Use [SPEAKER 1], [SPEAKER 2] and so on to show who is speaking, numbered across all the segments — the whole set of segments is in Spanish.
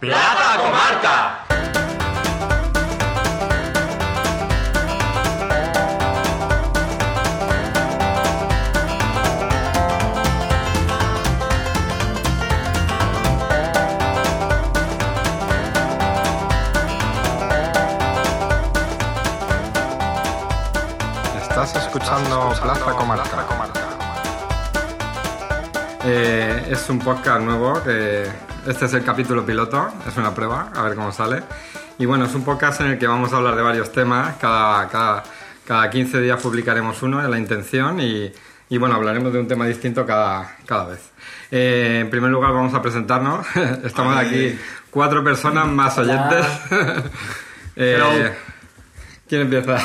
[SPEAKER 1] Plata Comarca.
[SPEAKER 2] Estás escuchando Plaza Comarca. Eh, es un podcast nuevo que este es el capítulo piloto, es una prueba, a ver cómo sale. Y bueno, es un podcast en el que vamos a hablar de varios temas. Cada, cada, cada 15 días publicaremos uno, es la intención, y, y bueno, hablaremos de un tema distinto cada, cada vez. Eh, en primer lugar, vamos a presentarnos. Estamos aquí cuatro personas más oyentes. Eh, ¿Quién empieza?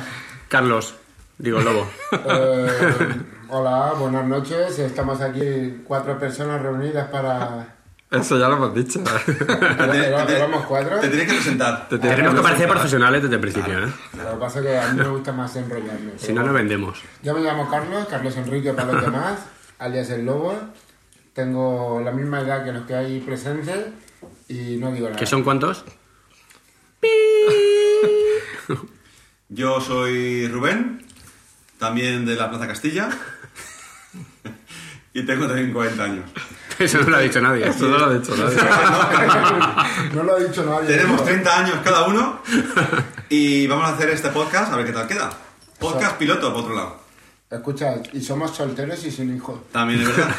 [SPEAKER 3] Carlos, digo Lobo.
[SPEAKER 4] Eh, hola, buenas noches. Estamos aquí cuatro personas reunidas para.
[SPEAKER 2] Eso ya lo hemos dicho.
[SPEAKER 4] ¿Vamos cuatro?
[SPEAKER 5] Te tienes que presentar.
[SPEAKER 2] Te tienes
[SPEAKER 3] Tenemos que parecer
[SPEAKER 2] presentar.
[SPEAKER 3] profesionales desde el principio, ¿eh?
[SPEAKER 4] Lo que pasa es que a mí me gusta más enrollarme.
[SPEAKER 3] Si no, no vendemos.
[SPEAKER 4] Yo me llamo Carlos, Carlos Enrique para los demás, alias el Lobo. Tengo la misma edad que los que hay presentes y no digo nada.
[SPEAKER 3] ¿Que son cuántos?
[SPEAKER 5] Yo soy Rubén, también de la Plaza Castilla. y tengo también 40 años.
[SPEAKER 3] Eso no lo ha dicho nadie.
[SPEAKER 2] Eso no lo ha dicho nadie.
[SPEAKER 4] No lo ha dicho nadie.
[SPEAKER 5] Tenemos
[SPEAKER 4] ¿no?
[SPEAKER 5] 30 años cada uno. Y vamos a hacer este podcast a ver qué tal queda. Podcast piloto, por otro lado.
[SPEAKER 4] Escucha, y somos solteros y sin hijos.
[SPEAKER 5] También es verdad.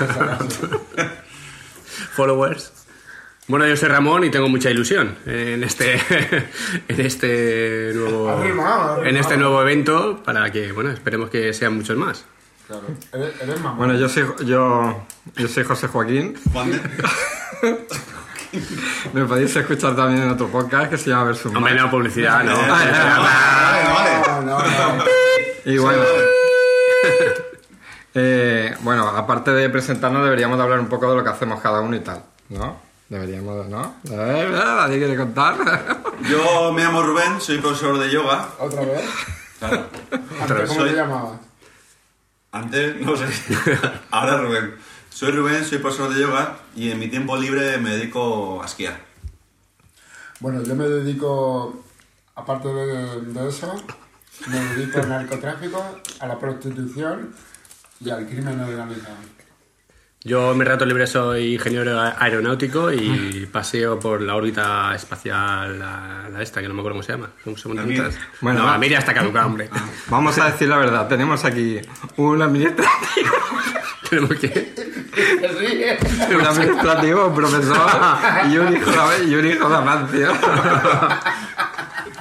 [SPEAKER 3] Followers. Bueno, yo soy Ramón y tengo mucha ilusión en este, en este
[SPEAKER 4] Arrimado,
[SPEAKER 3] nuevo,
[SPEAKER 4] arrimado.
[SPEAKER 3] en este nuevo evento para que, bueno, esperemos que sean muchos más.
[SPEAKER 4] Claro. Eres, eres mamón.
[SPEAKER 2] Bueno, yo soy, yo, yo soy José Joaquín.
[SPEAKER 5] Juan de-
[SPEAKER 2] Me podéis escuchar también en otro podcast que se llama Versus
[SPEAKER 3] Hombre,
[SPEAKER 2] Max.
[SPEAKER 3] no, publicidad, no.
[SPEAKER 5] Vale, vale, vale.
[SPEAKER 4] Ah, no, no, no.
[SPEAKER 2] Y bueno. eh, bueno, aparte de presentarnos, deberíamos de hablar un poco de lo que hacemos cada uno y tal, ¿no? Deberíamos, de- ¿no? A ver, nadie quiere contar.
[SPEAKER 5] Yo me llamo Rubén, soy profesor de yoga.
[SPEAKER 4] ¿Otra vez?
[SPEAKER 5] Claro.
[SPEAKER 4] Antes, ¿Cómo te
[SPEAKER 5] Soy-
[SPEAKER 4] llamabas?
[SPEAKER 5] Antes, no sé. Ahora Rubén. Soy Rubén, soy profesor de yoga y en mi tiempo libre me dedico a esquiar.
[SPEAKER 4] Bueno, yo me dedico, aparte de, de eso, me dedico al narcotráfico, a la prostitución y al crimen organizado.
[SPEAKER 3] Yo en mi rato libre soy ingeniero a- aeronáutico y paseo por la órbita espacial, la, la esta, que no me acuerdo cómo se llama. ¿Cómo se llama?
[SPEAKER 5] La Mir.
[SPEAKER 2] Bueno,
[SPEAKER 3] Bueno, no,
[SPEAKER 2] va. Ah.
[SPEAKER 3] la Mir ya está caducada, hombre.
[SPEAKER 2] Vamos a decir la verdad, tenemos aquí un administrativo,
[SPEAKER 3] Tenemos que...
[SPEAKER 2] un administrativo, un profesor y un hijo de, y un hijo de Amancio.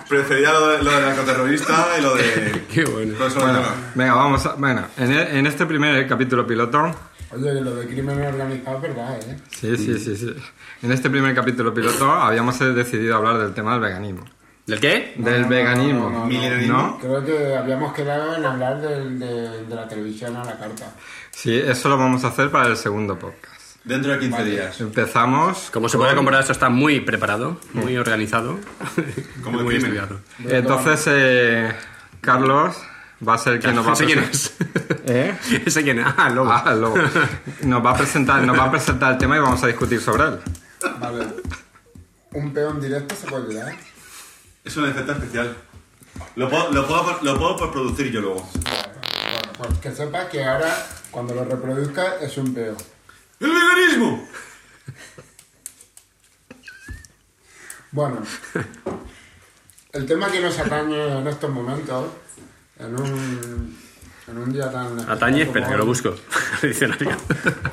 [SPEAKER 5] Precedía lo de, lo de narcoterrorista y lo de.
[SPEAKER 3] Qué bueno.
[SPEAKER 5] profesor de yoga.
[SPEAKER 2] Venga, vamos a, bueno, en, e- en este primer capítulo piloto
[SPEAKER 4] Oye, lo de crimen organizado es verdad, ¿eh?
[SPEAKER 2] Sí, sí, sí, sí. En este primer capítulo piloto habíamos decidido hablar del tema del veganismo.
[SPEAKER 3] ¿Del qué?
[SPEAKER 2] del veganismo.
[SPEAKER 4] no, no, no.
[SPEAKER 5] Milenarismo.
[SPEAKER 2] ¿No?
[SPEAKER 4] Creo que habíamos quedado en hablar del- de, de la televisión a la carta.
[SPEAKER 2] Sí, eso lo vamos a hacer para el segundo podcast.
[SPEAKER 5] Dentro de 15 días.
[SPEAKER 2] Empezamos.
[SPEAKER 3] Como se puede comprar, esto está muy preparado, muy organizado,
[SPEAKER 5] Como
[SPEAKER 3] muy
[SPEAKER 5] el crimen.
[SPEAKER 3] estudiado.
[SPEAKER 2] Entonces, eh, Carlos va a ser quien nos va a
[SPEAKER 3] Ese quién
[SPEAKER 2] presentar.
[SPEAKER 3] es.
[SPEAKER 2] ¿Eh?
[SPEAKER 3] Ese quién es. Ah, lobo.
[SPEAKER 2] Ah, luego. Nos va a presentar, nos va a presentar el tema y vamos a discutir sobre él.
[SPEAKER 4] Vale. Un peón directo se puede dar.
[SPEAKER 5] Es un efecto especial. Lo puedo, lo puedo, lo puedo por producir yo luego.
[SPEAKER 4] Bueno, pues que sepas que ahora, cuando lo reproduzca, es un peón.
[SPEAKER 5] ¡El veganismo!
[SPEAKER 4] Bueno, el tema que nos atañe en estos momentos, en un, en un día tan... especial
[SPEAKER 3] Atañe,
[SPEAKER 4] como
[SPEAKER 3] espera, que lo
[SPEAKER 4] hoy,
[SPEAKER 3] busco. El Diccionario.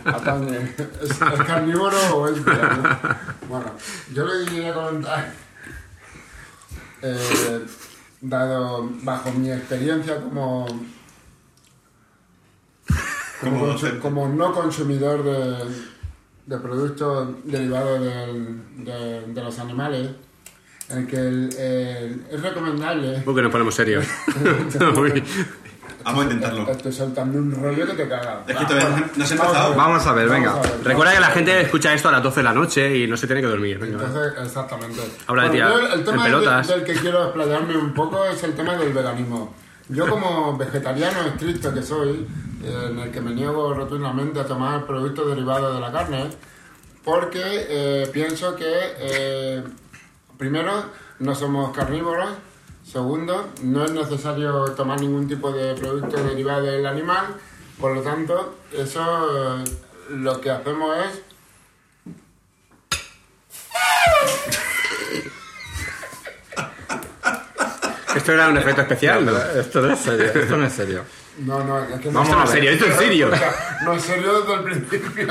[SPEAKER 4] Atañe. ¿Es, es carnívoro o es vegano? Bueno, yo lo que quería comentar, eh, dado bajo mi experiencia como, como,
[SPEAKER 5] Como
[SPEAKER 4] consu-
[SPEAKER 5] docente.
[SPEAKER 4] como no consumidor de, de productos derivados del- de, de los animales, en que el- el- es recomendable...
[SPEAKER 3] Uy, que nos ponemos serios. Uy.
[SPEAKER 5] Vamos a intentarlo.
[SPEAKER 4] Estoy soltando este, un rollo que te caga.
[SPEAKER 5] Es que todavía
[SPEAKER 4] bueno,
[SPEAKER 5] no se ha empezado.
[SPEAKER 2] Vamos a ver, venga.
[SPEAKER 4] Vamos a ver.
[SPEAKER 3] Recuerda que la gente escucha esto a las 12 de la noche y no se tiene que dormir. venga, va.
[SPEAKER 4] Entonces, exactamente.
[SPEAKER 3] Habla de
[SPEAKER 4] Bueno,
[SPEAKER 3] tía-
[SPEAKER 4] yo el, el tema
[SPEAKER 3] de
[SPEAKER 4] del-
[SPEAKER 3] pelotas.
[SPEAKER 4] Del, que quiero explayarme un poco es el tema del veganismo. Yo como vegetariano estricto que soy, eh, en el que me niego rotundamente a tomar productos derivados de la carne, porque eh, pienso que, eh, primero, no somos carnívoros. Segundo, no es necesario tomar ningún tipo de producto derivado del animal. Por lo tanto, eso eh, lo que hacemos es
[SPEAKER 3] Esto era un efecto especial, ¿no?
[SPEAKER 2] Esto no es serio, esto no es serio.
[SPEAKER 4] No, no, es que no
[SPEAKER 2] Vamos
[SPEAKER 3] Esto no es
[SPEAKER 2] a ver.
[SPEAKER 3] serio, esto es serio.
[SPEAKER 4] No es serio desde el principio.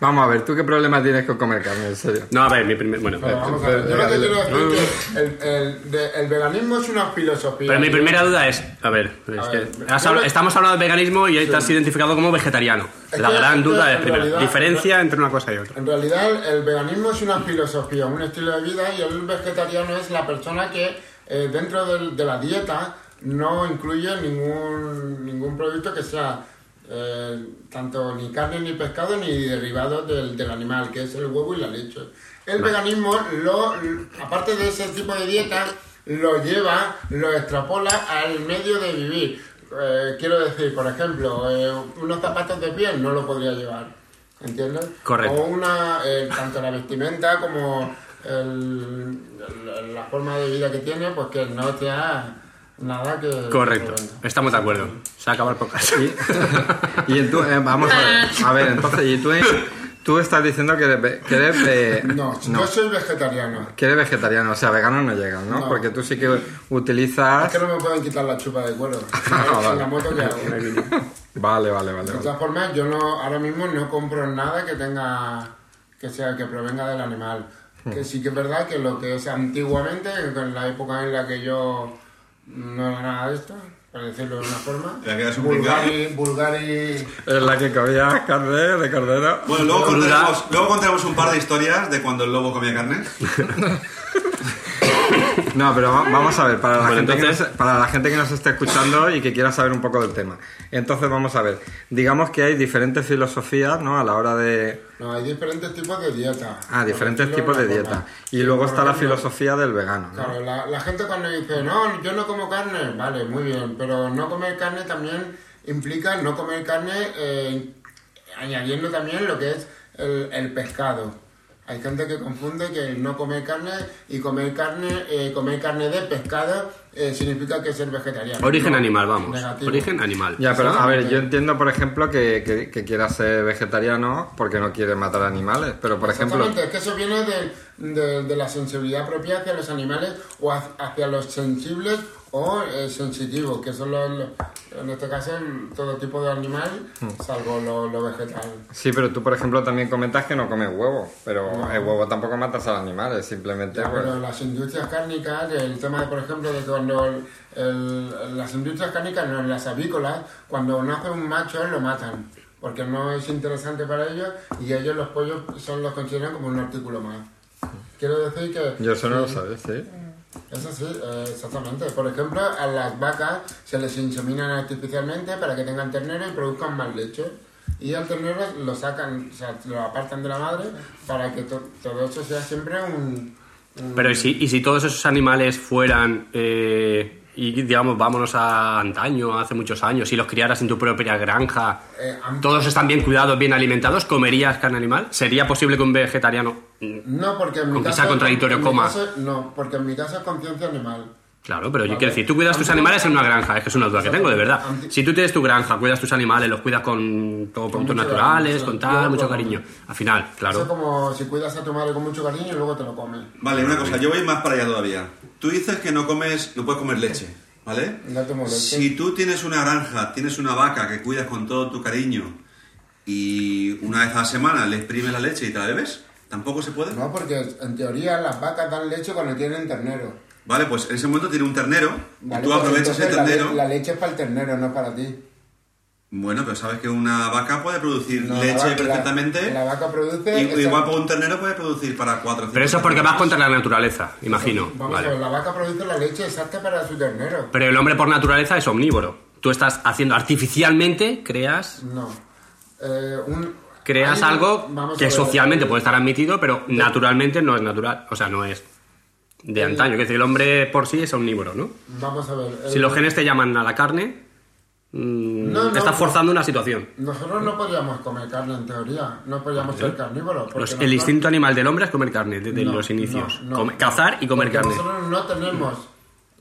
[SPEAKER 2] Vamos a ver, ¿tú qué problema tienes con comer carne? En serio.
[SPEAKER 3] No, a ver, mi primer. Bueno.
[SPEAKER 4] Pero vamos a ver, Yo lo que quiero decir es que el, el, de- el veganismo es una filosofía.
[SPEAKER 3] Pero mi primera duda es, a ver, es
[SPEAKER 4] A
[SPEAKER 3] que
[SPEAKER 4] ver,
[SPEAKER 3] has
[SPEAKER 4] yo
[SPEAKER 3] habla-
[SPEAKER 4] lo-
[SPEAKER 3] estamos hablando de veganismo y ahí te has identificado como vegetariano.
[SPEAKER 4] Es
[SPEAKER 3] La
[SPEAKER 4] que-
[SPEAKER 3] gran
[SPEAKER 4] es que
[SPEAKER 3] duda
[SPEAKER 4] en
[SPEAKER 3] es, primero,
[SPEAKER 4] realidad-
[SPEAKER 3] diferencia entre una cosa y otra.
[SPEAKER 4] En realidad, el veganismo es una filosofía, un estilo de vida, y el vegetariano es la persona que eh, dentro del- de la dieta no incluye ningún, ningún producto que sea eh, tanto ni carne ni pescado ni derivado del, del animal, que es el huevo y la leche. El veganismo, lo, aparte de ese tipo de dieta, lo lleva, lo extrapola al medio de vivir. Eh, quiero decir, por ejemplo, eh, unos zapatos de piel no lo podría llevar. ¿Entiendes?
[SPEAKER 3] Correcto.
[SPEAKER 4] O una, eh, tanto la vestimenta como el- el- la forma de vida que tiene, pues que no te da nada que...
[SPEAKER 3] Correcto,
[SPEAKER 4] que bueno.
[SPEAKER 3] estamos de acuerdo. Se va a acabar por casa.
[SPEAKER 2] Y en tu- eh, vamos a ver, a ver, entonces, y tú, tú estás diciendo que eres, ve- que eres, eh,
[SPEAKER 4] No, yo
[SPEAKER 2] no,
[SPEAKER 4] soy vegetariano.
[SPEAKER 2] que eres vegetariano, o sea, vegano no llegas, ¿no?
[SPEAKER 4] No.
[SPEAKER 2] Porque tú sí que
[SPEAKER 4] Es que
[SPEAKER 2] utilizas...
[SPEAKER 4] no me pueden quitar la chupa de cuero.
[SPEAKER 2] Ah, vale.
[SPEAKER 4] en la moto que hago.
[SPEAKER 2] Vale, vale, vale.
[SPEAKER 4] De
[SPEAKER 2] vale.
[SPEAKER 4] todas formas, yo no, ahora mismo no compro nada que tenga, que sea, que provenga del animal.
[SPEAKER 2] Hmm.
[SPEAKER 4] Que sí que es verdad que lo que es antiguamente, en la época en la que yo no era nada de esto, para decirlo de una forma,
[SPEAKER 5] La que eras un
[SPEAKER 4] vulgar y, vulgar y-
[SPEAKER 2] Es la que comía carne de cordero.
[SPEAKER 5] Bueno, luego
[SPEAKER 3] Cruda.
[SPEAKER 5] contaremos, luego contaremos un par de historias de cuando el lobo comía carne.
[SPEAKER 2] No, pero va- vamos a ver, para la,
[SPEAKER 3] Bueno,
[SPEAKER 2] gente que
[SPEAKER 3] entonces-
[SPEAKER 2] nos, para la gente que nos esté escuchando y que quiera saber un poco del tema. Entonces, vamos a ver, digamos que hay diferentes filosofías, ¿no? A la hora de...
[SPEAKER 4] No, hay diferentes tipos de dieta.
[SPEAKER 2] Ah,
[SPEAKER 4] Por
[SPEAKER 2] diferentes
[SPEAKER 4] decirlo
[SPEAKER 2] tipos de
[SPEAKER 4] una
[SPEAKER 2] dieta.
[SPEAKER 4] forma.
[SPEAKER 2] Y luego
[SPEAKER 4] Por
[SPEAKER 2] está la
[SPEAKER 4] ejemplo,
[SPEAKER 2] filosofía del vegano, ¿no?
[SPEAKER 4] Claro, la, la gente cuando dice, no, yo no como carne, vale, muy bien, pero no comer carne también implica no comer carne eh, añadiendo también lo que es el, el pescado. Hay gente que confunde que el no comer carne y comer carne, eh, comer carne de pescado eh, significa que ser vegetariano.
[SPEAKER 3] Origen
[SPEAKER 4] No,
[SPEAKER 3] animal, vamos.
[SPEAKER 4] negativo.
[SPEAKER 3] Origen animal.
[SPEAKER 2] Ya, pero a ver,
[SPEAKER 4] Exactamente.
[SPEAKER 2] yo entiendo, por ejemplo, que, que, que quieras ser vegetariano porque no quieres matar animales, pero por ejemplo...
[SPEAKER 4] Exactamente, es que eso viene de, de- de la sensibilidad propia hacia los animales o ha- hacia los sensibles o eh, sensitivos, que son los, los- en este caso todo tipo de animal,
[SPEAKER 2] Hmm.
[SPEAKER 4] salvo lo, lo vegetal.
[SPEAKER 2] Sí, pero tú, por ejemplo, también comentas que no comes huevo, pero el huevo tampoco matas al animal, es simplemente...
[SPEAKER 4] Ya,
[SPEAKER 2] pues,
[SPEAKER 4] pero las industrias cárnicas, el tema, de, por ejemplo, de cuando el- el- las industrias cárnicas, no, las avícolas, cuando nace un macho lo matan, porque no es interesante para ellos y ellos los pollos son los consideran como un artículo más. Quiero decir que...
[SPEAKER 2] Hmm. Yo eso no lo sabía, sí.
[SPEAKER 4] Eso sí, eh, exactamente. Por ejemplo, a las vacas se les inseminan artificialmente para que tengan ternero y produzcan más leche. Y al ternero lo sacan, o sea, lo apartan de la madre para que to- todo eso sea siempre un... un-
[SPEAKER 3] Pero ¿y si, y si todos esos animales fueran, eh, y digamos, vámonos a antaño, hace muchos años, si los criaras en tu propia granja,
[SPEAKER 4] Eh, am-
[SPEAKER 3] todos están bien cuidados, bien alimentados, ¿comerías carne animal? ¿Sería posible que un vegetariano... mm,
[SPEAKER 4] No, porque en mi
[SPEAKER 3] Aunque
[SPEAKER 4] caso...
[SPEAKER 3] sea contradictorio,
[SPEAKER 4] en mi
[SPEAKER 3] coma.
[SPEAKER 4] caso- no, porque en mi caso es conciencia animal.
[SPEAKER 3] Claro, pero yo
[SPEAKER 4] Vale.
[SPEAKER 3] quiero decir, tú cuidas tus animales en una granja, es que es una duda que tengo, de verdad.
[SPEAKER 4] Anti-
[SPEAKER 3] Si tú tienes tu granja, cuidas tus animales, los cuidas con todo productos
[SPEAKER 4] mucho
[SPEAKER 3] naturales,
[SPEAKER 4] cariño,
[SPEAKER 3] con
[SPEAKER 4] mucho-
[SPEAKER 3] tal,
[SPEAKER 4] yo
[SPEAKER 3] mucho
[SPEAKER 4] como-
[SPEAKER 3] cariño. Al final,
[SPEAKER 4] Eso es
[SPEAKER 3] claro.
[SPEAKER 4] como si cuidas a tu madre con mucho cariño y luego te lo comes.
[SPEAKER 5] Vale, una cosa, yo voy más para allá todavía. Tú dices que no comes, no puedes comer leche, ¿vale?
[SPEAKER 4] No tomo leche.
[SPEAKER 5] Si tú tienes una granja, tienes una vaca que cuidas con todo tu cariño y una vez a la semana le exprimes la leche y te la bebes, tampoco se puede.
[SPEAKER 4] No, porque en teoría las vacas dan leche cuando tienen ternero.
[SPEAKER 5] Vale, pues en ese momento tiene un ternero
[SPEAKER 4] Vale,
[SPEAKER 5] y tú
[SPEAKER 4] pues
[SPEAKER 5] aprovechas el
[SPEAKER 4] entonces la le-
[SPEAKER 5] ternero.
[SPEAKER 4] La, leche es para el ternero, no para ti.
[SPEAKER 5] Bueno, pero sabes que una vaca puede producir
[SPEAKER 4] No, la
[SPEAKER 5] leche
[SPEAKER 4] vaca- la-
[SPEAKER 5] perfectamente.
[SPEAKER 4] la vaca produce
[SPEAKER 5] Y,
[SPEAKER 4] esa-
[SPEAKER 5] igual por un ternero puede producir para cuatro.
[SPEAKER 3] Pero
[SPEAKER 5] o cinco
[SPEAKER 3] eso es porque vas
[SPEAKER 5] terneros.
[SPEAKER 3] contra la naturaleza, imagino.
[SPEAKER 4] Vamos
[SPEAKER 3] Vale.
[SPEAKER 4] a ver, la vaca produce la leche exacta para su ternero.
[SPEAKER 3] Pero el hombre por naturaleza es omnívoro. Tú estás haciendo artificialmente, creas,
[SPEAKER 4] No. Eh, un-
[SPEAKER 3] creas
[SPEAKER 4] hay-
[SPEAKER 3] algo
[SPEAKER 4] vamos a
[SPEAKER 3] que
[SPEAKER 4] ver.
[SPEAKER 3] socialmente puede estar admitido, pero naturalmente no es natural. O sea, no es de antaño. Es decir, el hombre por sí es omnívoro, ¿no?
[SPEAKER 4] Vamos a ver. eh,
[SPEAKER 3] Si
[SPEAKER 4] el-
[SPEAKER 3] los genes te llaman a la carne, mm,
[SPEAKER 4] No, no.
[SPEAKER 3] estás forzando una situación.
[SPEAKER 4] Nosotros no podíamos comer carne en teoría, no
[SPEAKER 3] Ah,
[SPEAKER 4] podíamos ser carnívoros. porque
[SPEAKER 3] Los- el
[SPEAKER 4] nosotros-
[SPEAKER 3] instinto animal del hombre es comer carne desde
[SPEAKER 4] No,
[SPEAKER 3] los inicios.
[SPEAKER 4] no, no.
[SPEAKER 3] Come- cazar y comer
[SPEAKER 4] porque
[SPEAKER 3] carne.
[SPEAKER 4] Nosotros no tenemos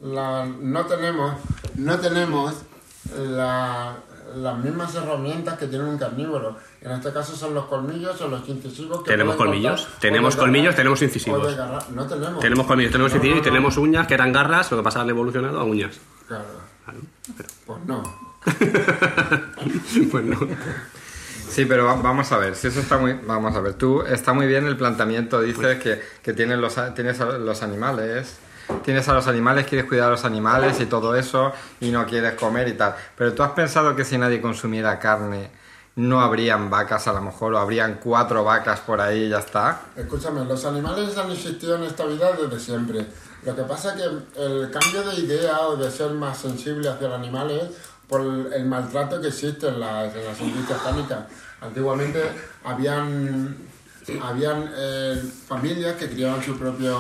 [SPEAKER 4] la, no tenemos, no tenemos la- las mismas herramientas que tiene un carnívoro. En este caso son los colmillos o los incisivos. Que
[SPEAKER 3] Tenemos
[SPEAKER 4] pueden
[SPEAKER 3] colmillos,
[SPEAKER 4] cortar o
[SPEAKER 3] tenemos
[SPEAKER 4] desgarrar-
[SPEAKER 3] colmillos, tenemos
[SPEAKER 4] o
[SPEAKER 3] incisivos.
[SPEAKER 4] desgarrar. No tenemos.
[SPEAKER 3] Tenemos colmillos, tenemos
[SPEAKER 4] No, no,
[SPEAKER 3] incisivos y
[SPEAKER 4] no.
[SPEAKER 3] tenemos uñas que eran garras, lo que pasa es que han evolucionado a uñas.
[SPEAKER 4] Claro. Pues no.
[SPEAKER 3] bueno,
[SPEAKER 2] Sí, pero va- vamos a ver, si eso está muy... Vamos a ver, tú está muy bien el planteamiento,
[SPEAKER 4] Pues-
[SPEAKER 2] dices que, que tienes, los, a- tienes a los animales, tienes a los animales, quieres cuidar a los animales y todo eso, y no quieres comer y tal. Pero tú has pensado que si nadie consumiera carne, no habrían vacas a lo mejor, o habrían cuatro vacas por ahí y ya está.
[SPEAKER 4] Escúchame, los animales han existido en esta vida desde siempre. Lo que pasa es que el cambio de idea o de ser más sensible hacia los animales por el maltrato que existe en las, en las industrias cárnicas. Antiguamente habían, habían eh, familias que criaban sus propios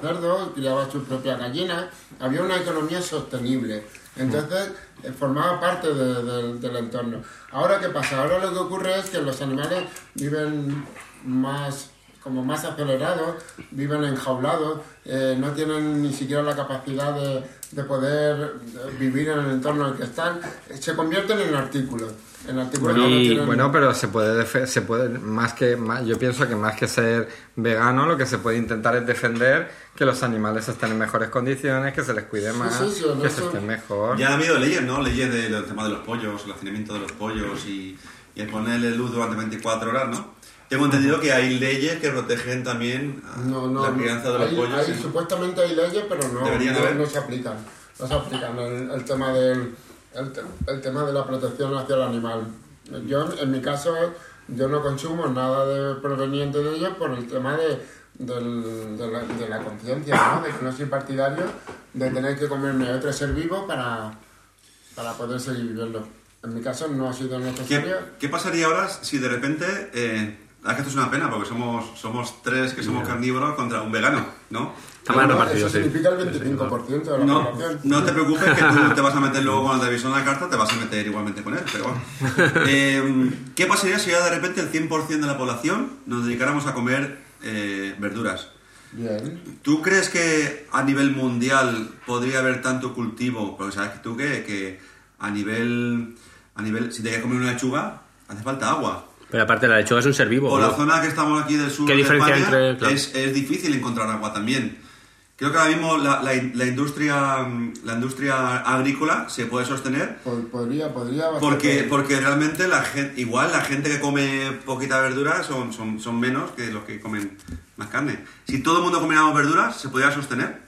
[SPEAKER 4] cerdos, criaban sus propias gallinas. Había una economía sostenible. Entonces eh, formaba parte de- de- del entorno. Ahora, ¿qué pasa? Ahora lo que ocurre es que los animales viven más como más acelerados, viven enjaulados, eh, no tienen ni siquiera la capacidad de, de poder eh, vivir en el entorno en el que están, eh, se convierten en artículos. En artículos que no
[SPEAKER 2] Y,
[SPEAKER 4] tienen-
[SPEAKER 2] bueno, pero se puede, defe- se puede más que más- yo pienso que más que ser vegano, lo que se puede intentar es defender que los animales estén en mejores condiciones, que se les cuide más,
[SPEAKER 4] sí, sí, en
[SPEAKER 2] que se
[SPEAKER 4] eso-
[SPEAKER 2] estén mejor.
[SPEAKER 5] Ya ha habido leyes, ¿no? Leyes de- del tema de los pollos, el hacinamiento de los pollos y, y el ponerle luz durante 24 horas, ¿no? Tengo entendido que hay leyes que protegen también a
[SPEAKER 4] no, no,
[SPEAKER 5] la crianza de los
[SPEAKER 4] hay-
[SPEAKER 5] pollos.
[SPEAKER 4] hay-
[SPEAKER 5] ¿sí?
[SPEAKER 4] Supuestamente hay leyes, pero no,
[SPEAKER 5] Deberían
[SPEAKER 4] no,
[SPEAKER 5] haber.
[SPEAKER 4] no se aplican. No se aplican el, el tema del, el, te- el tema de la protección hacia el animal. Yo, en mi caso, yo no consumo nada de proveniente de ellos por el tema de, del- de la, de la conciencia, ¿no? de que no soy partidario de tener que comerme otro ser vivo para, para poder seguir viviendo. En mi caso no ha sido
[SPEAKER 5] ¿Qué,
[SPEAKER 4] necesario.
[SPEAKER 5] qué pasaría ahora si de repente... eh, ah, que esto es una pena porque somos, somos tres que somos carnívoros contra un vegano, ¿no?
[SPEAKER 3] está mal
[SPEAKER 4] No,
[SPEAKER 3] repartido,
[SPEAKER 4] eso
[SPEAKER 3] sí.
[SPEAKER 4] significa el 25% de la
[SPEAKER 5] No,
[SPEAKER 4] población.
[SPEAKER 5] no te preocupes que tú te vas a meter luego cuando te avisan la carta, te vas a meter igualmente con él, pero bueno. Eh, ¿Qué pasaría si ya de repente el 100% de la población nos dedicáramos a comer eh, verduras?
[SPEAKER 4] Bien.
[SPEAKER 5] ¿Tú crees que a nivel mundial podría haber tanto cultivo? Porque sabes que tú que, que a nivel... A nivel, si te quieres comer una lechuga, hace falta agua.
[SPEAKER 3] Pero aparte, la lechuga es un ser vivo.
[SPEAKER 5] Por la
[SPEAKER 3] ¿no?
[SPEAKER 5] zona que estamos aquí del sur
[SPEAKER 3] ¿Qué
[SPEAKER 5] de
[SPEAKER 3] diferencia
[SPEAKER 5] España,
[SPEAKER 3] entre- claro.
[SPEAKER 5] es, es difícil encontrar agua también. Creo que ahora mismo la, la in- la industria mm, la industria agrícola se puede sostener
[SPEAKER 4] Pod- Podría, podría.
[SPEAKER 5] porque,
[SPEAKER 4] bastante.
[SPEAKER 5] porque realmente la gente, igual la gente que come poquita verdura son, son, son menos que los que comen más carne. Si todo el mundo comiéramos verduras, ¿se podría sostener?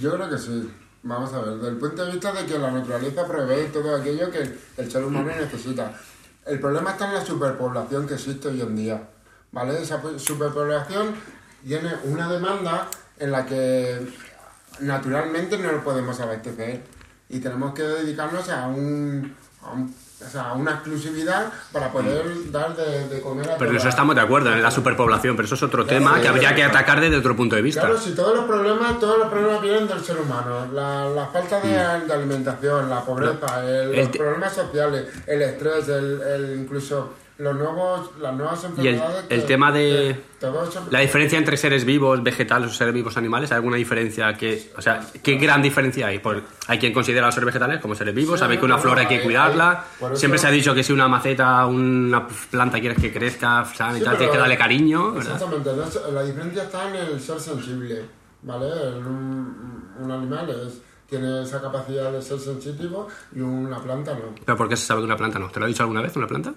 [SPEAKER 4] Yo creo que sí. Vamos a ver, desde el punto de vista de que la naturaleza prevé todo aquello que el ser humano necesita. El problema está en la superpoblación que existe hoy en día. ¿Vale? Esa pu- superpoblación tiene una demanda en la que naturalmente no lo podemos abastecer y tenemos que dedicarnos a un. a un- o sea, a una exclusividad para poder dar de, de comer a
[SPEAKER 3] Mm. Pero en
[SPEAKER 4] toda-
[SPEAKER 3] eso estamos de acuerdo, en la superpoblación, pero eso es otro tema
[SPEAKER 4] sí,
[SPEAKER 3] que habría
[SPEAKER 4] sí,
[SPEAKER 3] que
[SPEAKER 4] claro.
[SPEAKER 3] atacar desde otro punto de vista.
[SPEAKER 4] Claro, si todos los problemas, todos los problemas vienen del ser humano. La, la falta de, de alimentación, la pobreza, el-
[SPEAKER 3] Mm. El
[SPEAKER 4] los
[SPEAKER 3] te-
[SPEAKER 4] problemas sociales, el estrés, el, el- incluso los nuevos, las nuevas
[SPEAKER 3] el-
[SPEAKER 4] enfermedades.
[SPEAKER 3] el tema de-
[SPEAKER 4] que todo eso-
[SPEAKER 3] La diferencia entre seres vivos, vegetales o seres vivos animales, ¿hay alguna diferencia que, o sea, qué gran diferencia hay? Por- hay quien considera a los seres vegetales como seres vivos,
[SPEAKER 4] Sí,
[SPEAKER 3] sabe que una
[SPEAKER 4] no,
[SPEAKER 3] flora hay
[SPEAKER 4] hay-
[SPEAKER 3] que
[SPEAKER 4] hay-
[SPEAKER 3] cuidarla,
[SPEAKER 4] por eso-
[SPEAKER 3] siempre se ha dicho que si una maceta, una planta quieres que crezca, ¿sabes?
[SPEAKER 4] Sí,
[SPEAKER 3] Tal, tienes
[SPEAKER 4] pero-
[SPEAKER 3] que darle cariño, ¿verdad?
[SPEAKER 4] Exactamente, entonces, la diferencia está en el ser sensible, ¿vale? En Un, un animal es- tiene esa capacidad de ser sensitivo y una planta no.
[SPEAKER 3] Pero ¿por qué se sabe que una planta no? ¿Te lo ha dicho alguna vez una planta?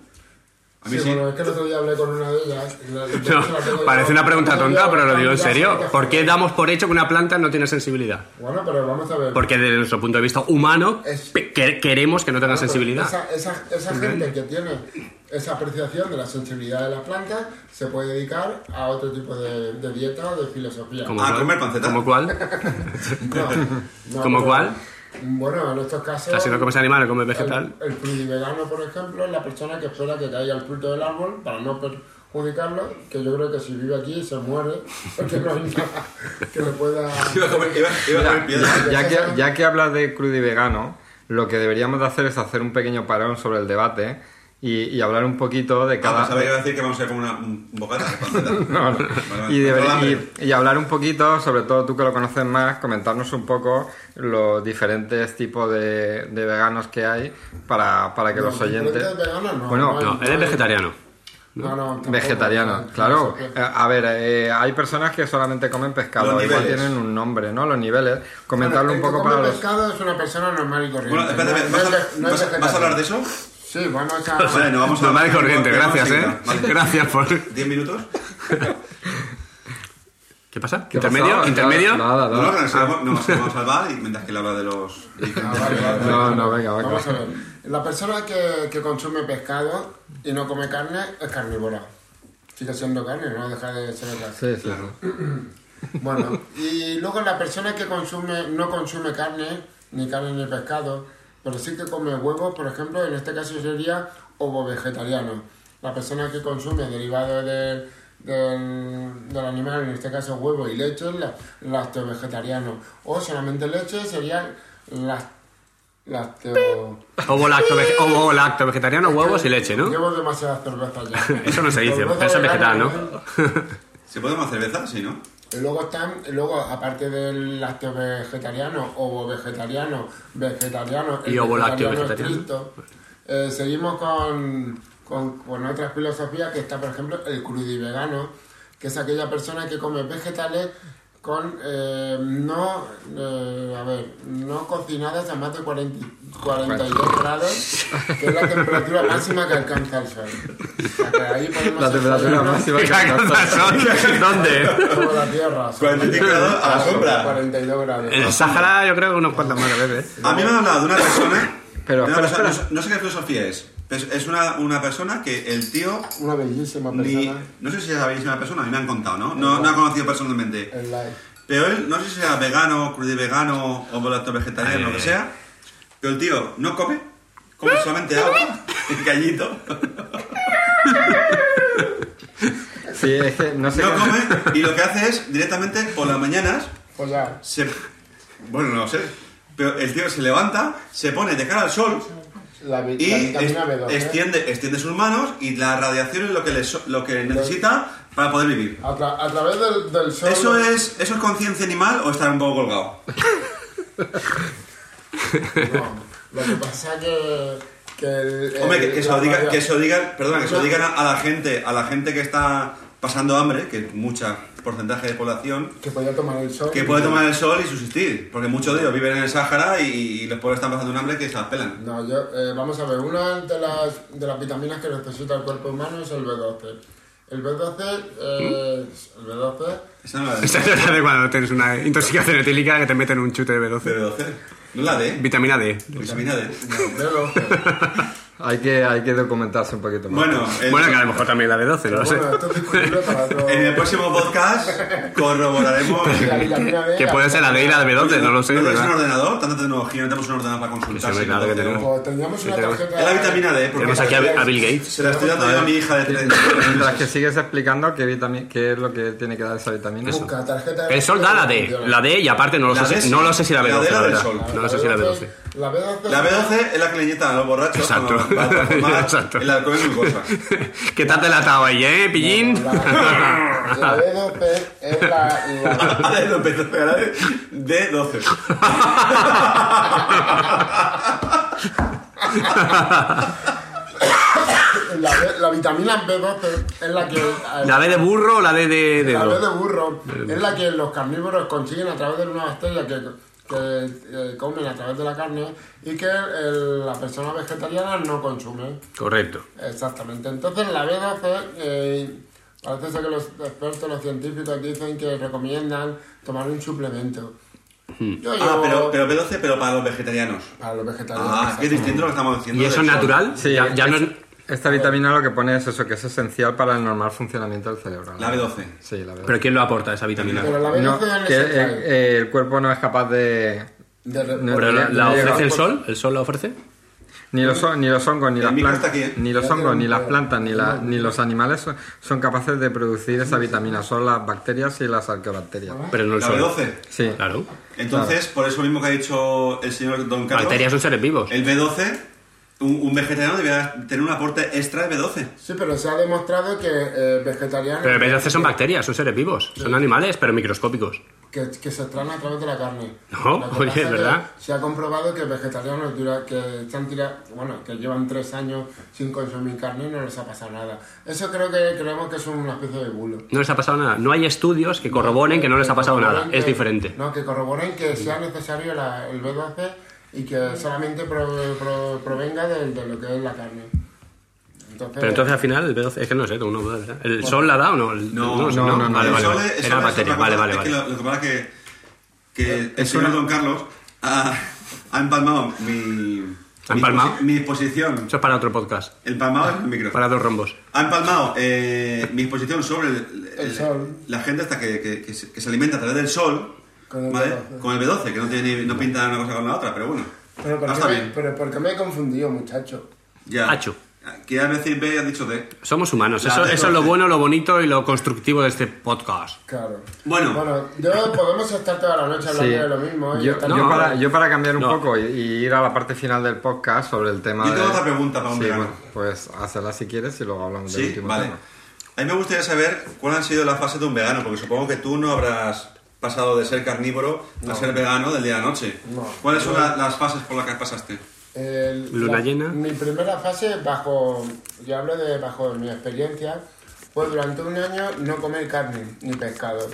[SPEAKER 5] A mí
[SPEAKER 4] Sí,
[SPEAKER 5] sí.
[SPEAKER 4] bueno, es que el otro día hablé con una de ellas. y la- de hecho la tengo
[SPEAKER 3] No, parece
[SPEAKER 4] yo-
[SPEAKER 3] una pregunta
[SPEAKER 4] la tengo
[SPEAKER 3] tonta,
[SPEAKER 4] yo-
[SPEAKER 3] pero lo digo en
[SPEAKER 4] ya sé
[SPEAKER 3] serio.
[SPEAKER 4] que-
[SPEAKER 3] ¿Por qué damos por hecho que una planta no tiene sensibilidad?
[SPEAKER 4] Bueno, pero vamos a ver.
[SPEAKER 3] Porque desde nuestro punto de vista humano
[SPEAKER 4] Es-
[SPEAKER 3] pe- que- queremos que no tenga
[SPEAKER 4] Claro,
[SPEAKER 3] sensibilidad.
[SPEAKER 4] Esa, esa- esa gente que tiene esa apreciación de la sensibilidad de las plantas se puede dedicar a otro tipo de, de dieta o de filosofía.
[SPEAKER 3] Como
[SPEAKER 5] Ah,
[SPEAKER 3] cual-
[SPEAKER 5] comer panceta.
[SPEAKER 3] Como cual,
[SPEAKER 4] No, no,
[SPEAKER 3] ¿Como
[SPEAKER 4] pero-
[SPEAKER 3] cuál?
[SPEAKER 4] Bueno, en estos casos.
[SPEAKER 3] así no comes animal, no comes vegetal.
[SPEAKER 4] el, el frugivegano, por ejemplo, es la persona que espera que caiga el fruto del árbol para no perjudicarlo, que yo creo que si vive aquí se muere, porque no hay nada que le pueda...
[SPEAKER 5] Iba a comer, iba- iba a comer piedra.
[SPEAKER 2] Ya que, ya que hablas de crudo y vegano, lo que deberíamos de hacer es hacer un pequeño parón sobre el debate y, y hablar un poquito de
[SPEAKER 5] Ah,
[SPEAKER 2] cada...
[SPEAKER 4] pues
[SPEAKER 5] pensaba que iba a decir que vamos a ir como una un bocata.
[SPEAKER 2] No, no. y,
[SPEAKER 5] de
[SPEAKER 2] deber- y- y hablar un poquito, sobre todo tú que lo conoces más, comentarnos un poco los diferentes tipos de, de veganos que hay para, para que los oyentes...
[SPEAKER 4] ¿Diferentes veganos? No,
[SPEAKER 2] Bueno,
[SPEAKER 4] no hay-
[SPEAKER 3] No, eres vegetariano.
[SPEAKER 4] No, no, tampoco.
[SPEAKER 2] Vegetarianos,
[SPEAKER 4] No,
[SPEAKER 2] claro.
[SPEAKER 4] no sé
[SPEAKER 2] Eh,
[SPEAKER 4] qué.
[SPEAKER 2] A ver, eh, hay personas que solamente comen pescado,
[SPEAKER 5] Los
[SPEAKER 2] igual
[SPEAKER 5] niveles.
[SPEAKER 2] tienen un nombre, ¿no? Los niveles.
[SPEAKER 4] Bueno,
[SPEAKER 2] Comentarlo un
[SPEAKER 4] el que
[SPEAKER 2] poco
[SPEAKER 4] come
[SPEAKER 2] para los...
[SPEAKER 4] pescado es una persona normal y corriente.
[SPEAKER 5] Bueno, espérate,
[SPEAKER 4] no- no
[SPEAKER 5] ¿vas,
[SPEAKER 4] es
[SPEAKER 5] a,
[SPEAKER 4] ve- no es
[SPEAKER 5] vas a- vas a hablar de eso?
[SPEAKER 4] Sí, bueno, esa...
[SPEAKER 5] Vale, no, vamos a
[SPEAKER 3] Normal y corriente,
[SPEAKER 5] vamos
[SPEAKER 3] gracias,
[SPEAKER 5] enseguida.
[SPEAKER 3] ¿eh?
[SPEAKER 5] Vale.
[SPEAKER 3] Gracias por...
[SPEAKER 5] ¿Diez minutos?
[SPEAKER 3] ¿Qué pasa?
[SPEAKER 2] ¿Qué
[SPEAKER 3] ¿Intermedio?
[SPEAKER 2] pasó?
[SPEAKER 3] ¿Intermedio?
[SPEAKER 2] Nada,
[SPEAKER 5] No, no,
[SPEAKER 2] nada.
[SPEAKER 5] que nos vamos- no, que nos vamos al bar y mientras que le habla de los...
[SPEAKER 4] Ah, vale, vale, vale.
[SPEAKER 2] No, no, venga, venga.
[SPEAKER 4] Vamos a ver. La persona que, que consume pescado y no come carne es carnívora. Sigue siendo carne, no deja de ser carne.
[SPEAKER 2] Sí, sí, sí.
[SPEAKER 4] Bueno, y luego la persona que consume, no consume carne, ni carne ni pescado, pero sí que come huevos, por ejemplo, en este caso sería ovo vegetariano. La persona que consume derivado del, del, del animal, en este caso huevo y leche, la, lacto vegetariano. O solamente leche sería las lacto...
[SPEAKER 3] Ovo lacto, vege- ovo lacto vegetariano, huevos y leche, ¿no?
[SPEAKER 4] Llevo demasiadas cervezas ¿eh? ya.
[SPEAKER 3] Eso no se dice,
[SPEAKER 4] Cerveza
[SPEAKER 3] eso es vegetal,
[SPEAKER 4] vegana,
[SPEAKER 3] ¿no?
[SPEAKER 5] ¿Se puede tomar cerveza? Sí, ¿no?
[SPEAKER 4] Y Luego están, y luego aparte del lácteo vegetariano, ovo vegetariano, vegetariano, el
[SPEAKER 3] Y ovo lácteo
[SPEAKER 4] vegetariano
[SPEAKER 3] vegetariano.
[SPEAKER 4] estricto, eh, seguimos con, con, con otras filosofías que está, por ejemplo, el crudivegano, que es aquella persona que come vegetales con eh, no, eh, a ver, no cocinadas a más de 40, 42 grados, que es la temperatura máxima que alcanza el sol. O sea, que ahí podemos
[SPEAKER 2] La temperatura
[SPEAKER 4] hacerlo
[SPEAKER 2] máxima que alcanza.
[SPEAKER 3] ¿Dónde?
[SPEAKER 4] Como la Tierra. sí.
[SPEAKER 5] 45 grados a la sombra.
[SPEAKER 4] 42 grados.
[SPEAKER 3] En el Sáhara yo creo que unos cuantas más veces.
[SPEAKER 5] A mí me han hablado de una persona...
[SPEAKER 2] Pero,
[SPEAKER 5] de una
[SPEAKER 2] espera,
[SPEAKER 5] persona-
[SPEAKER 2] espera.
[SPEAKER 5] No, no sé qué filosofía es. Es, es una, una persona que el tío...
[SPEAKER 4] Una bellísima
[SPEAKER 5] Ni,
[SPEAKER 4] persona. Eh,
[SPEAKER 5] no sé si es la misma persona, a mí me han contado, ¿no? No, no ha conocido personalmente.
[SPEAKER 4] El like.
[SPEAKER 5] Pero él, no sé si sea vegano, crudivegano o volato vegetariano, lo que sea, pero el tío no come, come solamente agua, el gallito,
[SPEAKER 2] Sí, es que no sé
[SPEAKER 5] no
[SPEAKER 2] cómo-
[SPEAKER 5] come y lo que hace es directamente por las mañanas
[SPEAKER 4] Pues ya.
[SPEAKER 5] se. Bueno, no sé, pero el tío se levanta, se pone de cara al sol
[SPEAKER 4] La, vi-
[SPEAKER 5] y
[SPEAKER 4] la vitamina ¿eh?
[SPEAKER 5] es-
[SPEAKER 4] B12.
[SPEAKER 5] extiende, extiende sus manos y la radiación es lo que, le so- lo que necesita para poder vivir.
[SPEAKER 4] A, tra- a través del, del sol.
[SPEAKER 5] ¿Eso es, ¿Eso es conciencia animal o estar un poco colgado?
[SPEAKER 4] No, lo que pasa que. que el, el-
[SPEAKER 5] Hombre, que, que se lo
[SPEAKER 4] la
[SPEAKER 5] digan,
[SPEAKER 4] radio-
[SPEAKER 5] que se lo digan, perdona, que se lo digan a, a la gente, a la gente que está pasando hambre, que es mucha porcentaje de población,
[SPEAKER 4] Que podía tomar el sol.
[SPEAKER 5] que puede tomar el sol y subsistir, porque muchos de ellos viven en el Sáhara y, y los pobres están pasando un hambre que se las pelan.
[SPEAKER 4] No, yo, eh, vamos a ver, una de las, de las vitaminas que necesita el cuerpo humano es el B12. El B12, eh, el B12
[SPEAKER 5] Esa no es
[SPEAKER 3] Esa
[SPEAKER 5] la
[SPEAKER 3] es la de cuando tienes una intoxicación etílica que te meten un chute de B12.
[SPEAKER 5] de B12, no es la D,
[SPEAKER 3] Vitamina D.
[SPEAKER 5] vitamina D.
[SPEAKER 4] B12.
[SPEAKER 2] Hay que, hay que documentarse un poquito más.
[SPEAKER 5] Bueno, el-
[SPEAKER 3] Bueno, que a lo mejor también la B12, no lo sé.
[SPEAKER 4] bueno, esto es discutible para todo.
[SPEAKER 5] en el próximo podcast corroboraremos.
[SPEAKER 4] La vitamina B,
[SPEAKER 3] Que puede ser la D y la B12, no lo sé,
[SPEAKER 5] ¿No tenemos un
[SPEAKER 3] ¿verdad?
[SPEAKER 5] ordenador? Tanta tecnología, no tenemos un ordenador para consultar.
[SPEAKER 3] Sí, claro que tenemos.
[SPEAKER 4] o tendríamos una
[SPEAKER 3] Tenemos-
[SPEAKER 4] tarjeta.
[SPEAKER 5] Es la vitamina D, porque
[SPEAKER 3] Tenemos aquí a, a Bill Gates.
[SPEAKER 5] se la estoy dando yo a mi hija de 30
[SPEAKER 2] Mientras que sigues explicando qué, vitami- qué es lo que tiene que dar esa vitamina.
[SPEAKER 4] Busca tarjeta de
[SPEAKER 3] El sol da la D. La D y aparte no lo
[SPEAKER 5] La
[SPEAKER 3] sé,
[SPEAKER 5] D
[SPEAKER 3] si-
[SPEAKER 5] sí.
[SPEAKER 3] no lo sé si la
[SPEAKER 5] La
[SPEAKER 3] B12,
[SPEAKER 5] D la
[SPEAKER 3] la
[SPEAKER 5] del
[SPEAKER 3] verdad.
[SPEAKER 5] sol.
[SPEAKER 3] No lo sé si la B12.
[SPEAKER 4] La B12.
[SPEAKER 5] La B12 es la que le inyectan a los borrachos
[SPEAKER 3] Exacto.
[SPEAKER 5] cuando van a fumar
[SPEAKER 3] Exacto.
[SPEAKER 5] el alcohol es glucosa.
[SPEAKER 3] ¿Qué tal te la atado ahí, eh, pillín?
[SPEAKER 4] La, la B12 es la. la-
[SPEAKER 5] Ahora lo empezó a pegar, ¿eh? D12.
[SPEAKER 4] la B- la vitamina B12 es la que.
[SPEAKER 3] ¿La B de burro o la D de... de-
[SPEAKER 4] la B de burro es la que los carnívoros consiguen a través de una bacteria que, que, eh, comen a través de la carne y que el- la persona vegetariana no consume.
[SPEAKER 3] Correcto.
[SPEAKER 4] Exactamente. Entonces la B12, eh, parece ser que los expertos, los científicos dicen que recomiendan tomar un suplemento. Yo
[SPEAKER 5] Ah,
[SPEAKER 4] llevo-
[SPEAKER 5] pero, pero B12, pero para los vegetarianos.
[SPEAKER 4] Para los vegetarianos.
[SPEAKER 5] Ah, es que es distinto lo que estamos diciendo.
[SPEAKER 3] ¿Y eso
[SPEAKER 5] del
[SPEAKER 3] es
[SPEAKER 5] sol.
[SPEAKER 3] natural?
[SPEAKER 2] Sí,
[SPEAKER 3] ya, ya no es...
[SPEAKER 2] Esta vitamina lo que pone es eso, que es esencial para el normal funcionamiento del cerebro. ¿no?
[SPEAKER 5] La B12.
[SPEAKER 2] Sí, la verdad.
[SPEAKER 3] ¿Pero quién lo aporta, esa vitamina?
[SPEAKER 4] Pero la B12
[SPEAKER 2] No,
[SPEAKER 4] es
[SPEAKER 2] que el,
[SPEAKER 4] esencial.
[SPEAKER 2] eh, el cuerpo no es capaz de...
[SPEAKER 4] De re-
[SPEAKER 2] no-
[SPEAKER 3] ¿Pero la,
[SPEAKER 2] no
[SPEAKER 3] la
[SPEAKER 2] llega-
[SPEAKER 3] ofrece el sol? ¿El sol la ofrece?
[SPEAKER 2] Ni los, hon- ni los hongos, ni
[SPEAKER 5] El
[SPEAKER 2] las
[SPEAKER 5] micro
[SPEAKER 2] plantas,
[SPEAKER 5] está aquí. ¿eh?
[SPEAKER 2] ni los
[SPEAKER 4] Ya
[SPEAKER 2] hongos,
[SPEAKER 4] tengo
[SPEAKER 2] ni las
[SPEAKER 4] un-
[SPEAKER 2] plantas, ni, la- ni los animales son, son capaces de producir esa vitamina. Son las bacterias y las arqueobacterias.
[SPEAKER 3] Pero no el
[SPEAKER 5] La
[SPEAKER 3] sol.
[SPEAKER 5] B12.
[SPEAKER 2] Sí.
[SPEAKER 3] Claro.
[SPEAKER 5] Entonces, por eso mismo que ha dicho el señor Don Carlos,
[SPEAKER 3] Bacterias son seres vivos.
[SPEAKER 5] el B12, un, un vegetariano debería tener un aporte extra de B12.
[SPEAKER 4] Sí, pero se ha demostrado que eh, vegetarianos
[SPEAKER 3] Pero el B12 son bacterias, son seres vivos. Son animales, pero microscópicos.
[SPEAKER 4] que, que se extraen a través de la carne.
[SPEAKER 3] No,
[SPEAKER 4] Lo que
[SPEAKER 3] oye,
[SPEAKER 4] pasa
[SPEAKER 3] es
[SPEAKER 4] que
[SPEAKER 3] verdad.
[SPEAKER 4] Se ha comprobado que vegetarianos dura- que están tira- bueno, que llevan tres años sin consumir carne y no les ha pasado nada. Eso creo que creemos que son una especie de bulo.
[SPEAKER 3] No les ha pasado nada. No hay estudios que corroboren que no les ha pasado nada.
[SPEAKER 4] Corroboren
[SPEAKER 3] Es
[SPEAKER 4] que-
[SPEAKER 3] diferente.
[SPEAKER 4] No, que corroboren que sea necesario la- el B12 y que solamente pro- pro- provenga de, de lo que es la carne. Entonces,
[SPEAKER 3] Pero entonces al final el B12 es que no sé, tú no puedes, ¿verdad? ¿El sol la da o no? El- lo sé,
[SPEAKER 2] no, no,
[SPEAKER 3] Vale,
[SPEAKER 5] El
[SPEAKER 3] vale,
[SPEAKER 5] sol
[SPEAKER 3] vale.
[SPEAKER 5] es- el sol
[SPEAKER 3] Era
[SPEAKER 5] es
[SPEAKER 3] bacteria,
[SPEAKER 5] otra
[SPEAKER 3] vale,
[SPEAKER 5] cosa.
[SPEAKER 3] vale,
[SPEAKER 5] Es que
[SPEAKER 3] vale.
[SPEAKER 5] lo, lo que pasa es que,
[SPEAKER 2] Eh,
[SPEAKER 5] que el señor Don Carlos ha, ha empalmado mi,
[SPEAKER 3] ¿Ha
[SPEAKER 5] mi,
[SPEAKER 3] empalmado?
[SPEAKER 5] exposi- mi exposición.
[SPEAKER 3] Eso es para otro podcast,
[SPEAKER 5] El empalmado es el micro.
[SPEAKER 3] para dos rombos.
[SPEAKER 5] Ha empalmado eh, mi exposición sobre el-
[SPEAKER 4] El
[SPEAKER 5] el-
[SPEAKER 4] sol.
[SPEAKER 5] la gente hasta que, que- que se, que se alimenta a través del sol
[SPEAKER 4] Con el
[SPEAKER 5] ¿vale?
[SPEAKER 4] B12.
[SPEAKER 5] Con el B12, que no, tiene, ni- no pinta una cosa con la otra, pero bueno.
[SPEAKER 4] Pero
[SPEAKER 5] Ah,
[SPEAKER 4] ¿por,
[SPEAKER 5] está
[SPEAKER 4] qué me,
[SPEAKER 5] bien.
[SPEAKER 4] pero ¿por qué me he confundido, muchacho?
[SPEAKER 5] Ya.
[SPEAKER 3] Achu.
[SPEAKER 5] Quieres decir B y has dicho D.
[SPEAKER 3] Somos humanos,
[SPEAKER 5] La
[SPEAKER 3] eso,
[SPEAKER 5] B12.
[SPEAKER 3] eso es lo bueno, lo bonito y lo constructivo de este podcast.
[SPEAKER 4] Claro.
[SPEAKER 5] Bueno.
[SPEAKER 4] Bueno, yo podemos estar toda la noche hablando
[SPEAKER 2] Sí.
[SPEAKER 4] de lo mismo. ¿eh?
[SPEAKER 2] Yo,
[SPEAKER 4] Estar-
[SPEAKER 2] yo
[SPEAKER 3] No.
[SPEAKER 2] para, yo para cambiar un
[SPEAKER 3] No.
[SPEAKER 2] poco y, y ir a la parte final del podcast sobre el tema
[SPEAKER 5] Yo tengo
[SPEAKER 2] de-
[SPEAKER 5] otra pregunta para un
[SPEAKER 2] Sí,
[SPEAKER 5] verano.
[SPEAKER 2] bueno, pues hazla si quieres y luego hablamos del
[SPEAKER 5] Sí,
[SPEAKER 2] último
[SPEAKER 5] vale.
[SPEAKER 2] tema.
[SPEAKER 5] A mí me gustaría saber cuál han sido las fases de un vegano, porque supongo que tú no habrás pasado de ser carnívoro a ser vegano del día a la noche.
[SPEAKER 4] No.
[SPEAKER 5] ¿Cuáles son
[SPEAKER 4] Yo-
[SPEAKER 5] la- las fases por las que pasaste?
[SPEAKER 4] El-
[SPEAKER 3] Luna
[SPEAKER 4] la-
[SPEAKER 3] llena.
[SPEAKER 4] Mi primera fase, bajo, yo hablo de bajo mi experiencia, fue durante un año no comer carne ni pescado.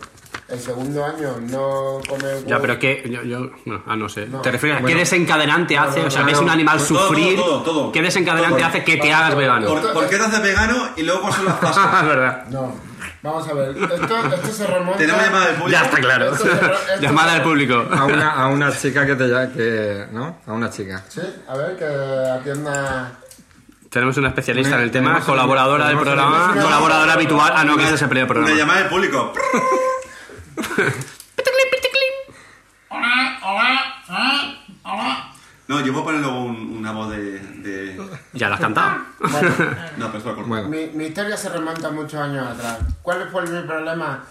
[SPEAKER 4] El segundo año no comer
[SPEAKER 3] Ya,
[SPEAKER 4] huevo.
[SPEAKER 3] pero que yo, yo- no, ah, no sé.
[SPEAKER 4] No.
[SPEAKER 3] ¿Te refieres a
[SPEAKER 2] Bueno.
[SPEAKER 3] qué desencadenante hace? o sea,
[SPEAKER 2] no,
[SPEAKER 3] ves
[SPEAKER 2] no.
[SPEAKER 3] un animal
[SPEAKER 5] Pues todo,
[SPEAKER 3] sufrir,
[SPEAKER 5] todo, todo, todo.
[SPEAKER 3] ¿qué desencadenante
[SPEAKER 5] Todo.
[SPEAKER 3] hace que te
[SPEAKER 4] Vale,
[SPEAKER 3] hagas
[SPEAKER 4] todo.
[SPEAKER 3] vegano?
[SPEAKER 5] ¿Por, por qué te haces vegano y luego cuáles son las fases?
[SPEAKER 3] Ah, es verdad.
[SPEAKER 4] No, vamos a ver. Esto, esto se remonta.
[SPEAKER 5] Tenemos llamada del público.
[SPEAKER 3] Ya está claro.
[SPEAKER 4] Esto- esto-
[SPEAKER 3] Llamada al público.
[SPEAKER 2] A una, a una chica que te ya- que ¿no? A una chica.
[SPEAKER 4] Sí, a ver, que atienda.
[SPEAKER 3] Tenemos una especialista en el tema,
[SPEAKER 2] Tenemos-
[SPEAKER 3] colaboradora del
[SPEAKER 2] tenemos-
[SPEAKER 3] programa,
[SPEAKER 2] tenemos-
[SPEAKER 3] colaboradora habitual. Ah, no, que ese es el primer
[SPEAKER 5] Una
[SPEAKER 3] programa.
[SPEAKER 5] llamada del público.
[SPEAKER 6] Hola, hola, ¿eh? Hola.
[SPEAKER 5] No, yo voy a poner luego un- una voz de, de-
[SPEAKER 3] Ya la has cantado.
[SPEAKER 4] Bueno,
[SPEAKER 5] No, pero esto lo corto.
[SPEAKER 2] Bueno.
[SPEAKER 4] mi, mi historia se remonta muchos años atrás. ¿Cuál fue mi problema?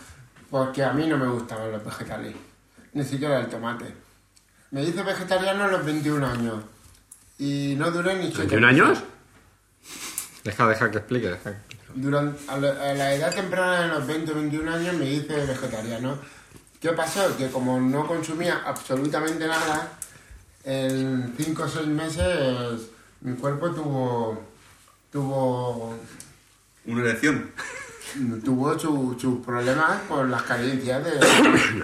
[SPEAKER 4] Porque a mí no me gustaban los vegetales, ni siquiera el tomate. Me hice vegetariano a los 21 años y no duré ni siete
[SPEAKER 3] ¿21 años?
[SPEAKER 4] meses.
[SPEAKER 2] Deja, deja que explique. deja que-
[SPEAKER 4] Durante, a, la, a la edad temprana de los 20 21 años me hice vegetariano. ¿Qué pasó? Que como no consumía absolutamente nada, en 5 o 6 meses mi cuerpo tuvo tuvo
[SPEAKER 5] Una elección.
[SPEAKER 4] tuvo su- sus problemas por las carencias de, de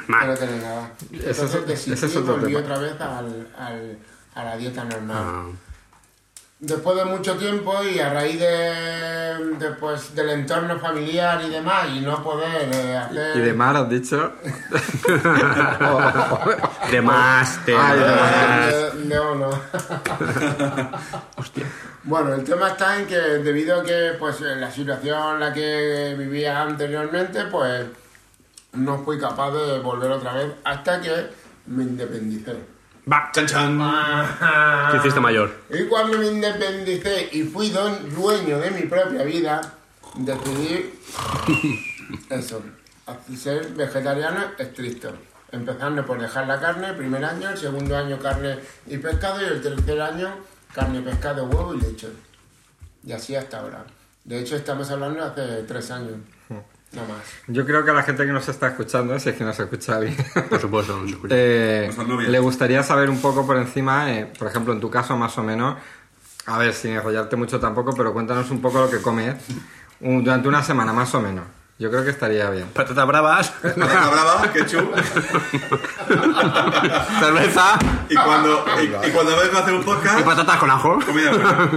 [SPEAKER 4] no tener nada.
[SPEAKER 2] Ese es-
[SPEAKER 4] Entonces
[SPEAKER 2] ese es
[SPEAKER 4] decidí y
[SPEAKER 2] otro
[SPEAKER 4] volví
[SPEAKER 2] tema.
[SPEAKER 4] otra vez al- al- a la dieta normal
[SPEAKER 3] Ah,
[SPEAKER 4] después de mucho tiempo y a raíz de, de, pues, del entorno familiar y demás y no poder eh, hacer
[SPEAKER 2] Y de mar has dicho.
[SPEAKER 3] Ah. De más, de
[SPEAKER 2] Ay, de
[SPEAKER 3] más.
[SPEAKER 4] Eh, no, no. Bueno, el tema está en que debido a que pues en la situación en la que vivía anteriormente, pues no fui capaz de volver otra vez hasta que me independicé.
[SPEAKER 3] Va,
[SPEAKER 5] Chan, chan.
[SPEAKER 3] te hiciste mayor.
[SPEAKER 4] Y cuando me independicé y fui don- dueño de mi propia vida, decidí eso, ser vegetariano estricto. Empezando por dejar la carne el primer año, el segundo año carne y pescado y el tercer año carne, pescado, huevo y leche. Y así hasta ahora. De hecho estamos hablando hace tres años, no más.
[SPEAKER 2] Yo creo que a la gente que nos está escuchando, si es que nos escucha alguien,
[SPEAKER 3] Por supuesto, no se escucha.
[SPEAKER 2] eh,
[SPEAKER 5] Nuestras novias.
[SPEAKER 2] le gustaría saber un poco por encima, eh, por ejemplo, en tu caso más o menos, a ver, sin enrollarte mucho tampoco, pero cuéntanos un poco lo que comes un- durante una semana más o menos. Yo creo que estaría bien.
[SPEAKER 3] Patatas bravas,
[SPEAKER 5] Patata brava, ketchup.
[SPEAKER 3] cerveza
[SPEAKER 5] Y cuando, y, y cuando vengo a hacer un
[SPEAKER 3] y
[SPEAKER 5] podcast,
[SPEAKER 3] patatas con ajo.
[SPEAKER 5] comida pues, buena.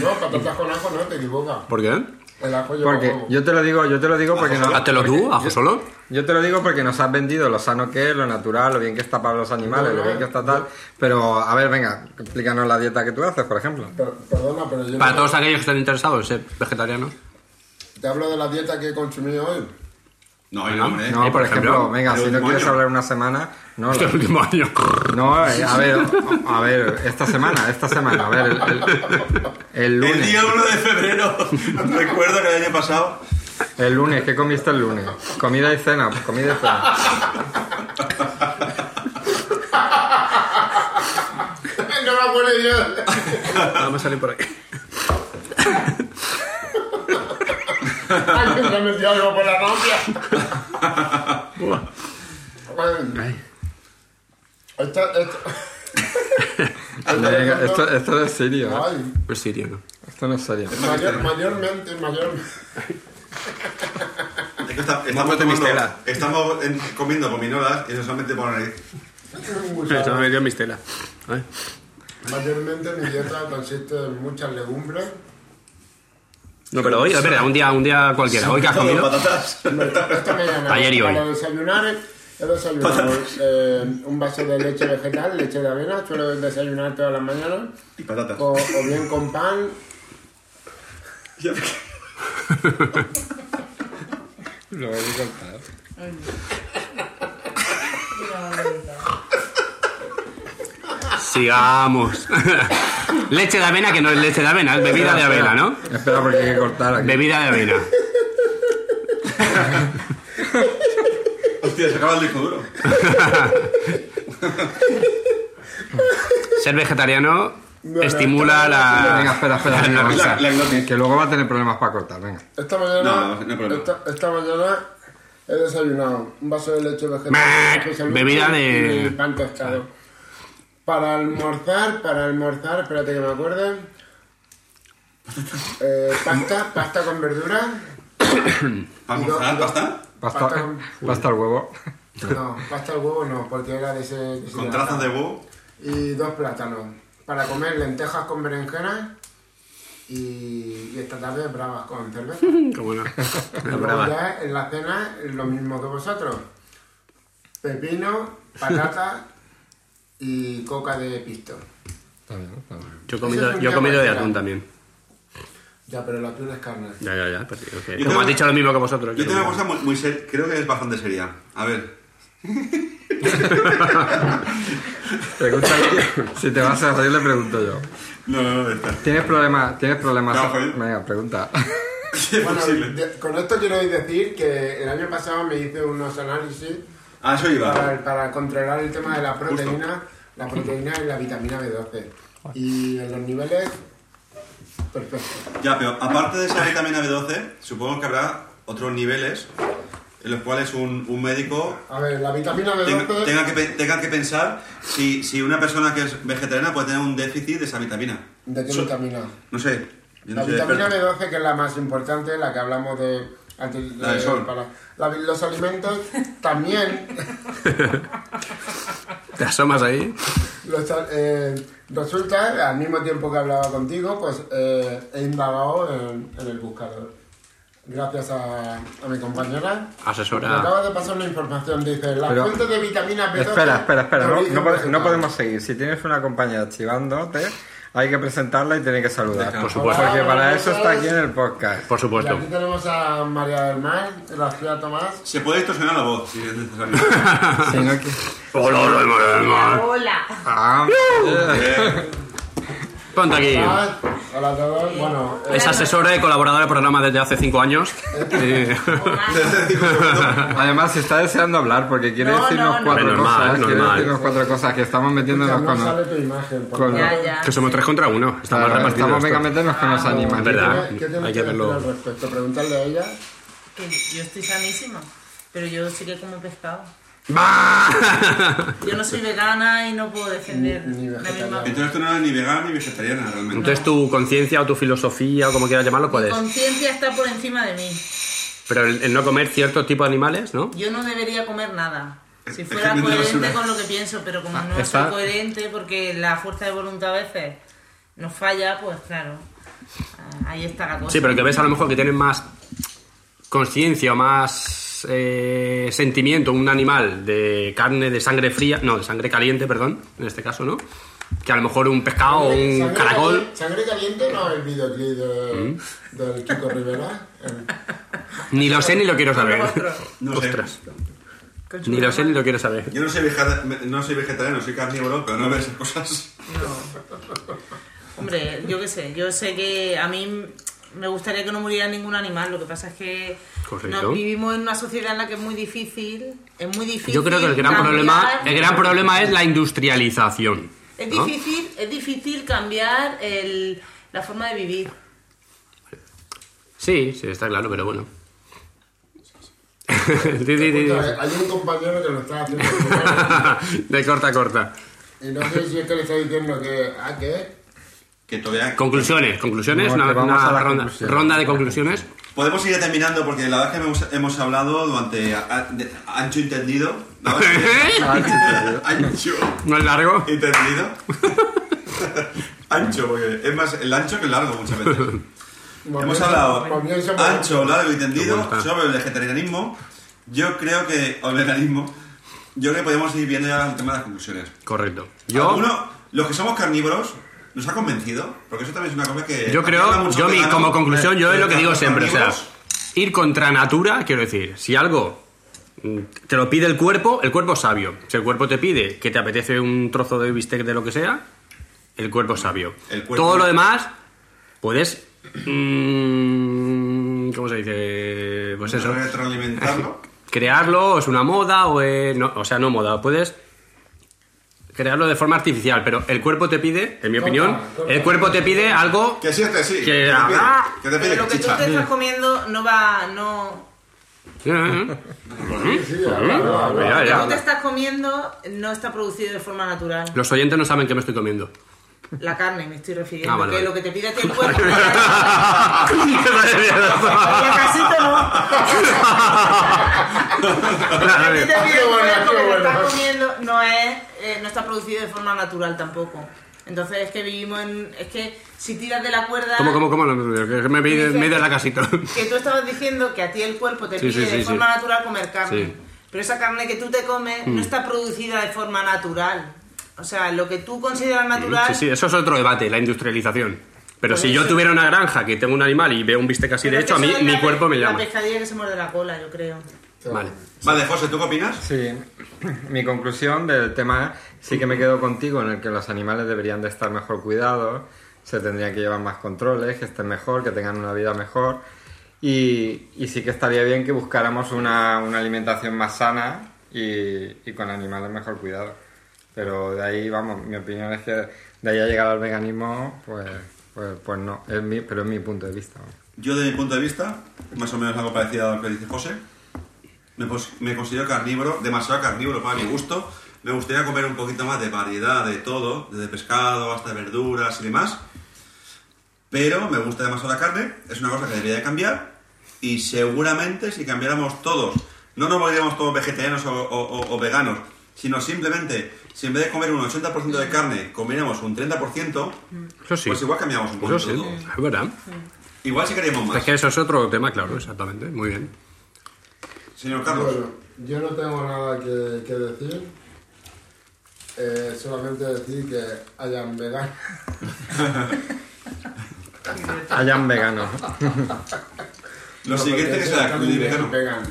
[SPEAKER 4] No, patatas con ajo no, te equivocas.
[SPEAKER 3] ¿Por qué?
[SPEAKER 4] El ajo lleva
[SPEAKER 2] Porque
[SPEAKER 4] huevo.
[SPEAKER 2] yo te lo digo, yo te lo digo porque no,
[SPEAKER 3] Hátelo tú, ajo solo.
[SPEAKER 2] Yo te lo digo porque nos has vendido lo sano que es, lo natural, lo bien que está para los animales, lo bien que está tal. Pero, a ver, venga, explícanos la dieta que tú haces, por ejemplo.
[SPEAKER 4] Per- perdona, pero yo
[SPEAKER 3] Para
[SPEAKER 4] no-
[SPEAKER 3] todos eh, aquellos que estén interesados en ser vegetarianos.
[SPEAKER 4] te hablo de la dieta que consumí hoy.
[SPEAKER 5] No, hay
[SPEAKER 3] No,
[SPEAKER 5] nombre, ¿eh?
[SPEAKER 2] No, por
[SPEAKER 3] por
[SPEAKER 2] ejemplo,
[SPEAKER 3] ejemplo,
[SPEAKER 2] venga,
[SPEAKER 5] el
[SPEAKER 2] si no
[SPEAKER 5] último
[SPEAKER 2] quieres
[SPEAKER 5] año.
[SPEAKER 2] hablar una semana, no.
[SPEAKER 3] Este
[SPEAKER 2] la-
[SPEAKER 3] último año.
[SPEAKER 2] No, eh, a ver, a ver, esta semana, esta semana, a ver, el, el- el
[SPEAKER 5] El
[SPEAKER 2] lunes,
[SPEAKER 5] día 1 de febrero. Recuerdo que el año pasado.
[SPEAKER 2] el lunes, ¿qué comiste el lunes? Comida y cena, pues, comida y cena.
[SPEAKER 4] no me acuerdo yo.
[SPEAKER 3] Vamos a salir por aquí.
[SPEAKER 4] Ay, que me ha metido algo por la novia.
[SPEAKER 3] Buah. Ay.
[SPEAKER 4] Esta, esta.
[SPEAKER 2] Venga, Esto, esto no es serio, eh.
[SPEAKER 4] Ay,
[SPEAKER 3] Pues sí, tío, no.
[SPEAKER 2] esto no es serio.
[SPEAKER 4] mayor- mayormente, mayormente.
[SPEAKER 5] Es que está-
[SPEAKER 3] Mocos
[SPEAKER 5] estamos,
[SPEAKER 3] de
[SPEAKER 5] tomando-
[SPEAKER 3] mistela.
[SPEAKER 5] estamos en- comiendo gominolas y no solamente ponen ahí.
[SPEAKER 4] Uy,
[SPEAKER 3] Se me
[SPEAKER 4] sabe,
[SPEAKER 3] ha metido mis telas. Ay.
[SPEAKER 4] Mayormente mi dieta consiste en muchas legumbres.
[SPEAKER 3] No, pero hoy, espera, un día, un día cualquiera. Hoy que has
[SPEAKER 5] Todo,
[SPEAKER 3] comido.
[SPEAKER 5] patatas.
[SPEAKER 4] Esta mañana,
[SPEAKER 3] Ayer y hoy.
[SPEAKER 4] Para desayunar, he desayunado eh, un vaso de leche vegetal, leche de avena. Suelo desayunar todas las mañanas.
[SPEAKER 5] Y patatas.
[SPEAKER 4] O, o bien con pan.
[SPEAKER 2] Lo voy a contar.
[SPEAKER 3] Sigamos. leche de avena, que no es leche de avena, es bebida de avena, ¿no?
[SPEAKER 2] Espera, porque hay que cortar aquí.
[SPEAKER 3] Bebida de avena.
[SPEAKER 5] Hostia, se acaba el disco duro.
[SPEAKER 3] Ser vegetariano
[SPEAKER 4] No, no,
[SPEAKER 3] estimula
[SPEAKER 4] no,
[SPEAKER 2] Venga,
[SPEAKER 3] la.
[SPEAKER 2] espera, espera.
[SPEAKER 3] La-
[SPEAKER 2] venga,
[SPEAKER 5] la- la glotis.
[SPEAKER 2] que luego va a tener problemas para cortar, venga.
[SPEAKER 4] Esta mañana,
[SPEAKER 5] No, no hay problema.
[SPEAKER 4] Esta, esta mañana he desayunado un vaso de leche vegetal.
[SPEAKER 3] Mac,
[SPEAKER 4] con salud
[SPEAKER 3] bebida de-
[SPEAKER 4] y pan tostado.
[SPEAKER 5] Ah.
[SPEAKER 4] Para almorzar, para almorzar, espérate que me acuerde. Eh, pasta, pasta con verdura.
[SPEAKER 5] ¿Para almorzar? ¿Pasta?
[SPEAKER 2] Pasta, ¿eh?
[SPEAKER 4] Pasta con-
[SPEAKER 2] pasta al huevo.
[SPEAKER 4] No, pasta al huevo no, porque era de ese. de ese
[SPEAKER 5] Con
[SPEAKER 4] plátano.
[SPEAKER 5] trazas de huevo.
[SPEAKER 4] Y dos plátanos. Para comer lentejas con berenjena. Y, y esta tarde bravas con cerveza. Y
[SPEAKER 3] Qué bueno.
[SPEAKER 4] luego
[SPEAKER 3] Brava.
[SPEAKER 4] ya en la cena lo mismo que vosotros. Pepino, patata y coca de pisto.
[SPEAKER 2] Está bien, está bien.
[SPEAKER 3] Yo he comido, yo he comido de atún también.
[SPEAKER 4] Ya, pero la piel es carne.
[SPEAKER 3] Ya, ya, ya. pues, tío, que-
[SPEAKER 5] Yo
[SPEAKER 3] Como
[SPEAKER 5] tengo-
[SPEAKER 3] has dicho lo mismo que vosotros.
[SPEAKER 5] Yo
[SPEAKER 3] yo
[SPEAKER 5] tengo una
[SPEAKER 3] no-
[SPEAKER 5] cosa muy, muy seria. Creo que es bastante seria. A ver.
[SPEAKER 2] Pregunta- si te vas a reír, le pregunto yo.
[SPEAKER 5] No, no, no, está.
[SPEAKER 2] ¿Tienes problemas? ¿Tienes problemas?
[SPEAKER 5] No, joder.
[SPEAKER 2] Venga, pregunta.
[SPEAKER 5] Es
[SPEAKER 4] Bueno,
[SPEAKER 5] posible.
[SPEAKER 4] de- con esto quiero decir que el año pasado me hice unos análisis
[SPEAKER 5] Ah, eso iba.
[SPEAKER 4] para, para controlar el tema de la proteína, la proteína y la vitamina B12. Y en los niveles, perfecto.
[SPEAKER 5] Ya, pero aparte de esa vitamina B12, supongo que habrá otros niveles en los cuales un, un médico
[SPEAKER 4] A ver, la vitamina
[SPEAKER 5] tenga,
[SPEAKER 4] B12,
[SPEAKER 5] tenga que, pe- tenga que pensar si, si una persona que es vegetariana puede tener un déficit de esa vitamina.
[SPEAKER 4] ¿de qué
[SPEAKER 5] So-
[SPEAKER 4] vitamina?
[SPEAKER 5] No sé. Yo no
[SPEAKER 4] La
[SPEAKER 5] soy
[SPEAKER 4] vitamina
[SPEAKER 5] experto.
[SPEAKER 4] B12, que es la más importante, la que hablamos de... antes-
[SPEAKER 5] La del
[SPEAKER 4] de-
[SPEAKER 5] sol.
[SPEAKER 4] para- la- los alimentos también
[SPEAKER 3] Te asomas ahí.
[SPEAKER 4] Los al- eh, resulta, al mismo tiempo que hablaba contigo, pues eh, he indagado en, en el buscador. Gracias a, a mi compañera.
[SPEAKER 3] Asesora.
[SPEAKER 4] Me acaba de pasar una información, dice, la
[SPEAKER 2] Pero-
[SPEAKER 4] fuente de vitamina B12...
[SPEAKER 2] Espera, espera, espera.
[SPEAKER 4] de
[SPEAKER 2] No,
[SPEAKER 4] origen
[SPEAKER 2] no pode- no
[SPEAKER 4] vegetal.
[SPEAKER 2] podemos seguir. Si tienes una compañera chivándote, hay que presentarla y tiene que saludar.
[SPEAKER 3] Por supuesto.
[SPEAKER 2] Porque para eso está aquí en el podcast.
[SPEAKER 3] Por
[SPEAKER 4] Y
[SPEAKER 3] supuesto.
[SPEAKER 4] aquí tenemos a María del Mar, la ciudad Tomás.
[SPEAKER 5] Se puede distorsionar la voz si es necesario.
[SPEAKER 7] Ah.
[SPEAKER 2] Si no que-
[SPEAKER 3] Hola, hola, hola, hola.
[SPEAKER 7] Hola.
[SPEAKER 2] Ah,
[SPEAKER 5] Eh,
[SPEAKER 3] Ponte aquí.
[SPEAKER 4] Hola hola a todos. Bueno, eh,
[SPEAKER 3] Es asesora y colaboradora del programa desde hace cinco años. Eh,
[SPEAKER 5] desde cinco segundos.
[SPEAKER 2] Además, se está deseando hablar porque quiere
[SPEAKER 7] No,
[SPEAKER 2] decirnos
[SPEAKER 7] no, no.
[SPEAKER 2] cuatro
[SPEAKER 3] Hombre, normal,
[SPEAKER 2] cosas. Quiere
[SPEAKER 3] normal.
[SPEAKER 2] decirnos cuatro cosas que estamos metiéndonos
[SPEAKER 4] no
[SPEAKER 2] con.
[SPEAKER 4] sale tu imagen. por
[SPEAKER 2] con-
[SPEAKER 4] favor.
[SPEAKER 7] Ya, ya.
[SPEAKER 3] que somos tres contra uno. Estamos
[SPEAKER 2] Claro,
[SPEAKER 3] repartidos.
[SPEAKER 2] estamos, venga,
[SPEAKER 3] esto.
[SPEAKER 2] meternos
[SPEAKER 7] Ah,
[SPEAKER 2] con los
[SPEAKER 4] ¿Qué
[SPEAKER 2] animales.
[SPEAKER 3] verdad.
[SPEAKER 4] tiene- ¿Qué tienes
[SPEAKER 3] hay
[SPEAKER 4] que
[SPEAKER 3] que
[SPEAKER 4] decir
[SPEAKER 3] verlo.
[SPEAKER 4] al respecto? Preguntarle a ella.
[SPEAKER 7] Que yo estoy sanísima, pero yo sí que como pescado.
[SPEAKER 3] ¡Bah!
[SPEAKER 7] Yo no soy vegana y no puedo defender
[SPEAKER 4] Ni- ni
[SPEAKER 7] la
[SPEAKER 4] vegetariana.
[SPEAKER 7] misma
[SPEAKER 5] Entonces tú no eres ni vegana ni vegetariana realmente.
[SPEAKER 3] Entonces tu conciencia o tu filosofía o como quieras llamarlo, ¿cuál es?
[SPEAKER 7] conciencia está por encima de mí.
[SPEAKER 3] Pero el, el no comer cierto tipo de animales, ¿no?
[SPEAKER 7] Yo no debería comer nada. Si
[SPEAKER 5] Es
[SPEAKER 7] fuera
[SPEAKER 5] que me
[SPEAKER 7] coherente
[SPEAKER 5] basura.
[SPEAKER 7] con lo que pienso, pero
[SPEAKER 3] Ah,
[SPEAKER 7] como no
[SPEAKER 2] está-
[SPEAKER 7] soy coherente porque la fuerza de voluntad a veces nos falla, pues claro, ah, ahí está la cosa.
[SPEAKER 3] Sí, pero que ves a lo mejor que tienen más conciencia o más eh, sentimiento un animal de carne, de sangre fría, no, de sangre caliente, perdón, en este caso, ¿no? que a lo mejor un pescado o un
[SPEAKER 4] Sangre
[SPEAKER 3] caracol. ¿Mm?
[SPEAKER 4] caliente- Sangre caliente no el videoclip de- del Kiko Rivera. El-
[SPEAKER 3] Ni lo sé ni lo quiero saber.
[SPEAKER 5] No sé.
[SPEAKER 3] Ostras. Ni lo sé ni lo quiero saber.
[SPEAKER 5] Yo no soy, vegeta- no soy vegetariano, soy carnívoro, pero no veo esas cosas.
[SPEAKER 7] Hombre, yo qué sé, yo sé que a mí me gustaría que no muriera ningún animal, lo que pasa es que
[SPEAKER 3] Correcto.
[SPEAKER 7] nos vivimos en una sociedad en la que es muy difícil, es muy difícil.
[SPEAKER 3] Yo creo que el gran
[SPEAKER 7] cambiar-
[SPEAKER 3] problema, el gran problema es la industrialización.
[SPEAKER 7] Es
[SPEAKER 3] ¿no?
[SPEAKER 7] difícil, es difícil cambiar el- la forma de vivir.
[SPEAKER 3] Sí, sí, está claro, pero bueno. Sí, sí, sí,
[SPEAKER 4] Puta, Hay un compañero que lo está haciendo. el
[SPEAKER 3] sí.
[SPEAKER 2] eh.
[SPEAKER 3] De corta a corta.
[SPEAKER 4] Y no sé si es que le está diciendo que. ¿Ah, qué?
[SPEAKER 5] Que todavía...
[SPEAKER 3] Conclusiones, conclusiones,
[SPEAKER 2] Bueno,
[SPEAKER 3] una,
[SPEAKER 2] vamos
[SPEAKER 3] una
[SPEAKER 2] a las
[SPEAKER 3] ronda,
[SPEAKER 2] conclusiones.
[SPEAKER 3] ronda de conclusiones.
[SPEAKER 5] Podemos ir terminando porque la verdad es que hemos, hemos hablado durante a- a- de- ancho entendido. La verdad es que- ancho
[SPEAKER 3] ¿No es largo?
[SPEAKER 5] entendido. ancho, porque es más el ancho que el largo muchas veces. Hemos
[SPEAKER 4] Comienza-
[SPEAKER 5] hablado
[SPEAKER 4] comienza por-
[SPEAKER 5] ancho, largo y tendido
[SPEAKER 3] Qué
[SPEAKER 5] sobre el vegetarianismo. Yo creo que... O el veganismo. Yo creo que podemos ir viendo ya el tema de las conclusiones.
[SPEAKER 3] Correcto. Yo,
[SPEAKER 5] Alguno- los que somos carnívoros, nos ha convencido, porque eso también es una cosa que...
[SPEAKER 3] yo
[SPEAKER 5] habla
[SPEAKER 3] creo,
[SPEAKER 5] mucho
[SPEAKER 3] yo mi,
[SPEAKER 5] vegano,
[SPEAKER 3] como conclusión, yo es
[SPEAKER 5] pero
[SPEAKER 3] lo que digo
[SPEAKER 5] los
[SPEAKER 3] siempre, o sea,
[SPEAKER 5] carnívoros,
[SPEAKER 3] ir contra natura, quiero decir, si algo mm, te lo pide el cuerpo, el cuerpo es sabio. Si el cuerpo te pide que te apetece un trozo de bistec de lo que sea, el cuerpo es sabio.
[SPEAKER 5] El cuerpo-
[SPEAKER 3] Todo lo demás, puedes... mm, ¿Cómo se dice? Pues eso.
[SPEAKER 5] Retroalimentarlo.
[SPEAKER 3] crearlo, o es una moda, o, es- no, o sea, no moda, puedes crearlo de forma artificial, pero el cuerpo te pide, en mi opinión,
[SPEAKER 4] corta.
[SPEAKER 3] el cuerpo te pide algo...
[SPEAKER 5] Que sí, este sí.
[SPEAKER 3] Que-
[SPEAKER 5] te pide,
[SPEAKER 3] ah,
[SPEAKER 5] que te
[SPEAKER 7] Pero
[SPEAKER 5] pide
[SPEAKER 7] lo que tú
[SPEAKER 5] chicha.
[SPEAKER 7] te estás comiendo no va, no,
[SPEAKER 4] Sí, habla, habla, habla.
[SPEAKER 3] Ya,
[SPEAKER 7] lo que
[SPEAKER 3] ya.
[SPEAKER 7] tú te estás comiendo no está producido de forma natural.
[SPEAKER 3] Los oyentes no saben qué me estoy comiendo.
[SPEAKER 7] La carne me estoy refiriendo,
[SPEAKER 3] Ah, vale,
[SPEAKER 7] que
[SPEAKER 3] vale.
[SPEAKER 7] lo que te pide a ti el cuerpo. La casita no. Lo que te pide
[SPEAKER 4] Qué
[SPEAKER 7] el
[SPEAKER 4] bueno,
[SPEAKER 7] cuerpo
[SPEAKER 4] qué
[SPEAKER 7] que te
[SPEAKER 4] bueno.
[SPEAKER 7] estás comiendo no es, eh, no está producido de forma natural tampoco. Entonces es que vivimos en, es que si tiras de la cuerda.
[SPEAKER 3] ¿Cómo, cómo, cómo? Que me pide me da la casita.
[SPEAKER 7] que tú estabas diciendo que a ti el cuerpo te
[SPEAKER 3] Sí,
[SPEAKER 7] pide
[SPEAKER 3] sí, sí,
[SPEAKER 7] de
[SPEAKER 3] sí.
[SPEAKER 7] forma natural comer
[SPEAKER 3] Sí.
[SPEAKER 7] carne.
[SPEAKER 3] Mm.
[SPEAKER 7] Pero esa carne que tú te comes no está producida de forma natural. O sea, lo que tú consideras natural
[SPEAKER 3] Sí, sí, eso es otro debate, la industrialización. Pero si
[SPEAKER 7] Por
[SPEAKER 3] yo
[SPEAKER 7] eso.
[SPEAKER 3] tuviera una granja que tengo un animal y veo un bistec así de
[SPEAKER 7] Pero
[SPEAKER 3] hecho, a
[SPEAKER 7] que
[SPEAKER 3] mí
[SPEAKER 7] eso es
[SPEAKER 3] mi
[SPEAKER 7] la-
[SPEAKER 3] cuerpo me llama.
[SPEAKER 7] La pescadilla que se muerde la cola, yo creo.
[SPEAKER 3] Vale.
[SPEAKER 5] Vale, José, ¿tú qué opinas?
[SPEAKER 2] Sí, mi conclusión del tema sí que me quedo contigo en el que los animales deberían de estar mejor cuidados, se tendrían que llevar más controles, que estén mejor, que tengan una vida mejor y, y sí que estaría bien que buscáramos una, una alimentación más sana y, y con animales mejor cuidados. Pero de ahí, vamos, mi opinión es que de ahí a llegar al veganismo, pues, pues, pues no, es mi, pero es mi punto de vista. vamos.
[SPEAKER 5] Yo, desde mi punto de vista, más o menos algo parecido a lo que dice José. Me, pos- me considero carnívoro, demasiado carnívoro para mi gusto. Me gustaría comer un poquito más de variedad de todo, desde pescado hasta verduras y demás. Pero me gusta demasiado la carne, es una cosa que debería de cambiar. Y seguramente si cambiáramos todos, no nos volveríamos todos vegetarianos o, o- o- o veganos, sino simplemente, si en vez de comer un 80% de carne, comiéramos un 30%,
[SPEAKER 3] Eso sí.
[SPEAKER 5] pues igual cambiamos un poquito
[SPEAKER 3] Eso Mm. sí,
[SPEAKER 5] todo.
[SPEAKER 3] es verdad.
[SPEAKER 5] Igual si queríamos más.
[SPEAKER 3] Es que eso es otro tema, claro, exactamente. Muy bien.
[SPEAKER 5] Señor Carlos.
[SPEAKER 4] Bueno, yo no tengo nada que, que decir. Eh, solamente decir que hayan veganos.
[SPEAKER 2] Hayan veganos.
[SPEAKER 5] Lo siguiente que será Cluny Vegano.
[SPEAKER 4] vegan.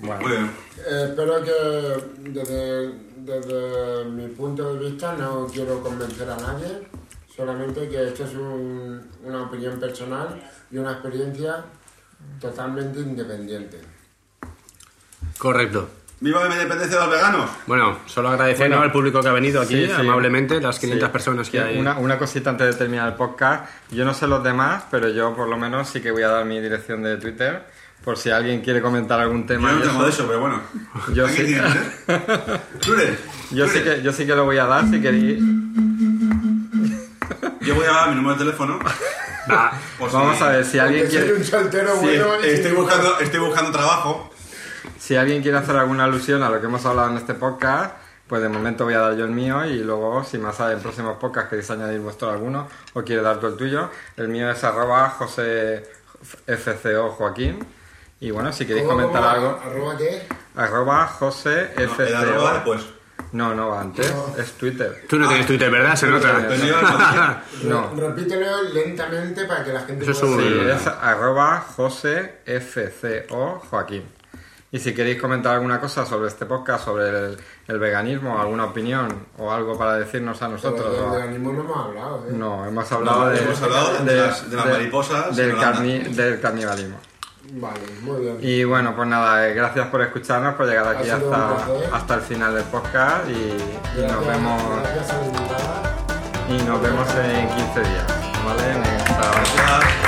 [SPEAKER 5] Muy bien.
[SPEAKER 4] Eh, espero que desde, desde mi punto de vista no quiero convencer a nadie, solamente que esto es un- una opinión personal y una experiencia totalmente independiente.
[SPEAKER 3] Correcto.
[SPEAKER 5] ¡Viva la independencia de los veganos!
[SPEAKER 3] Bueno, solo agradecer ¿no?
[SPEAKER 2] Bueno,
[SPEAKER 3] al público que ha venido aquí
[SPEAKER 2] Sí, sí.
[SPEAKER 3] amablemente, las 500
[SPEAKER 2] Sí.
[SPEAKER 3] personas que hay.
[SPEAKER 2] Una, una cosita antes de terminar el podcast. Yo no sé los demás, pero yo por lo menos sí que voy a dar mi dirección de Twitter. Por si alguien quiere comentar algún
[SPEAKER 5] Yo
[SPEAKER 2] tema.
[SPEAKER 5] no
[SPEAKER 2] yo
[SPEAKER 5] tengo de eso, pero bueno.
[SPEAKER 2] Yo
[SPEAKER 5] Aquí
[SPEAKER 2] sí.
[SPEAKER 5] tienes, ¿eh? Clure,
[SPEAKER 2] yo sí,
[SPEAKER 5] Clure.
[SPEAKER 2] que, yo sí que lo voy a dar si queréis.
[SPEAKER 5] Yo voy a dar mi número de teléfono.
[SPEAKER 3] Va.
[SPEAKER 5] por si-
[SPEAKER 2] Vamos a ver, si alguien,
[SPEAKER 4] Porque soy
[SPEAKER 2] quiere,
[SPEAKER 4] un soltero
[SPEAKER 5] si
[SPEAKER 4] bueno y-
[SPEAKER 5] estoy, buscando, estoy buscando trabajo.
[SPEAKER 2] si alguien quiere hacer alguna alusión a lo que hemos hablado en este podcast, pues de momento voy a dar yo el mío y luego, si más hay en próximos podcasts queréis añadir vuestro alguno o quieres dar tú el tuyo, el mío es arroba josefco joaquín. Y bueno, si queréis
[SPEAKER 4] ¿Cómo,
[SPEAKER 2] comentar
[SPEAKER 4] cómo?
[SPEAKER 2] algo...
[SPEAKER 4] ¿Arroba qué?
[SPEAKER 2] Arroba José
[SPEAKER 5] No, el arroba pues,
[SPEAKER 2] FCO.
[SPEAKER 5] después.
[SPEAKER 2] No, no, antes es Twitter.
[SPEAKER 3] Tú no tienes Twitter, ¿verdad? Se nota.
[SPEAKER 5] Pero no lleva el botella.
[SPEAKER 2] No.
[SPEAKER 4] Repítelo lentamente para que la gente
[SPEAKER 3] Eso es
[SPEAKER 4] pueda
[SPEAKER 3] un-
[SPEAKER 2] Sí,
[SPEAKER 4] seguir.
[SPEAKER 2] es arroba José FCO Joaquín. Y si queréis comentar alguna cosa sobre este podcast, sobre el, el veganismo, alguna opinión o algo para decirnos a
[SPEAKER 4] Pero
[SPEAKER 2] nosotros.
[SPEAKER 4] del
[SPEAKER 2] o-
[SPEAKER 4] veganismo no hemos hablado, ¿eh?
[SPEAKER 2] No, hemos hablado,
[SPEAKER 5] No,
[SPEAKER 2] de,
[SPEAKER 5] hemos hablado de las- de las mariposas
[SPEAKER 2] Del,
[SPEAKER 5] en Holanda.
[SPEAKER 2] carni- del carnivalismo.
[SPEAKER 4] Vale, muy bien.
[SPEAKER 2] Y bueno, pues nada, eh, gracias por escucharnos, por llegar aquí
[SPEAKER 4] sido un
[SPEAKER 2] hasta,
[SPEAKER 4] placer.
[SPEAKER 2] hasta el final del podcast y, y
[SPEAKER 4] Gracias-
[SPEAKER 2] nos vemos
[SPEAKER 4] Gracias a la invitada.
[SPEAKER 2] y nos vemos en 15 días. ¿Vale? Venga, hasta ahora.
[SPEAKER 5] Ah.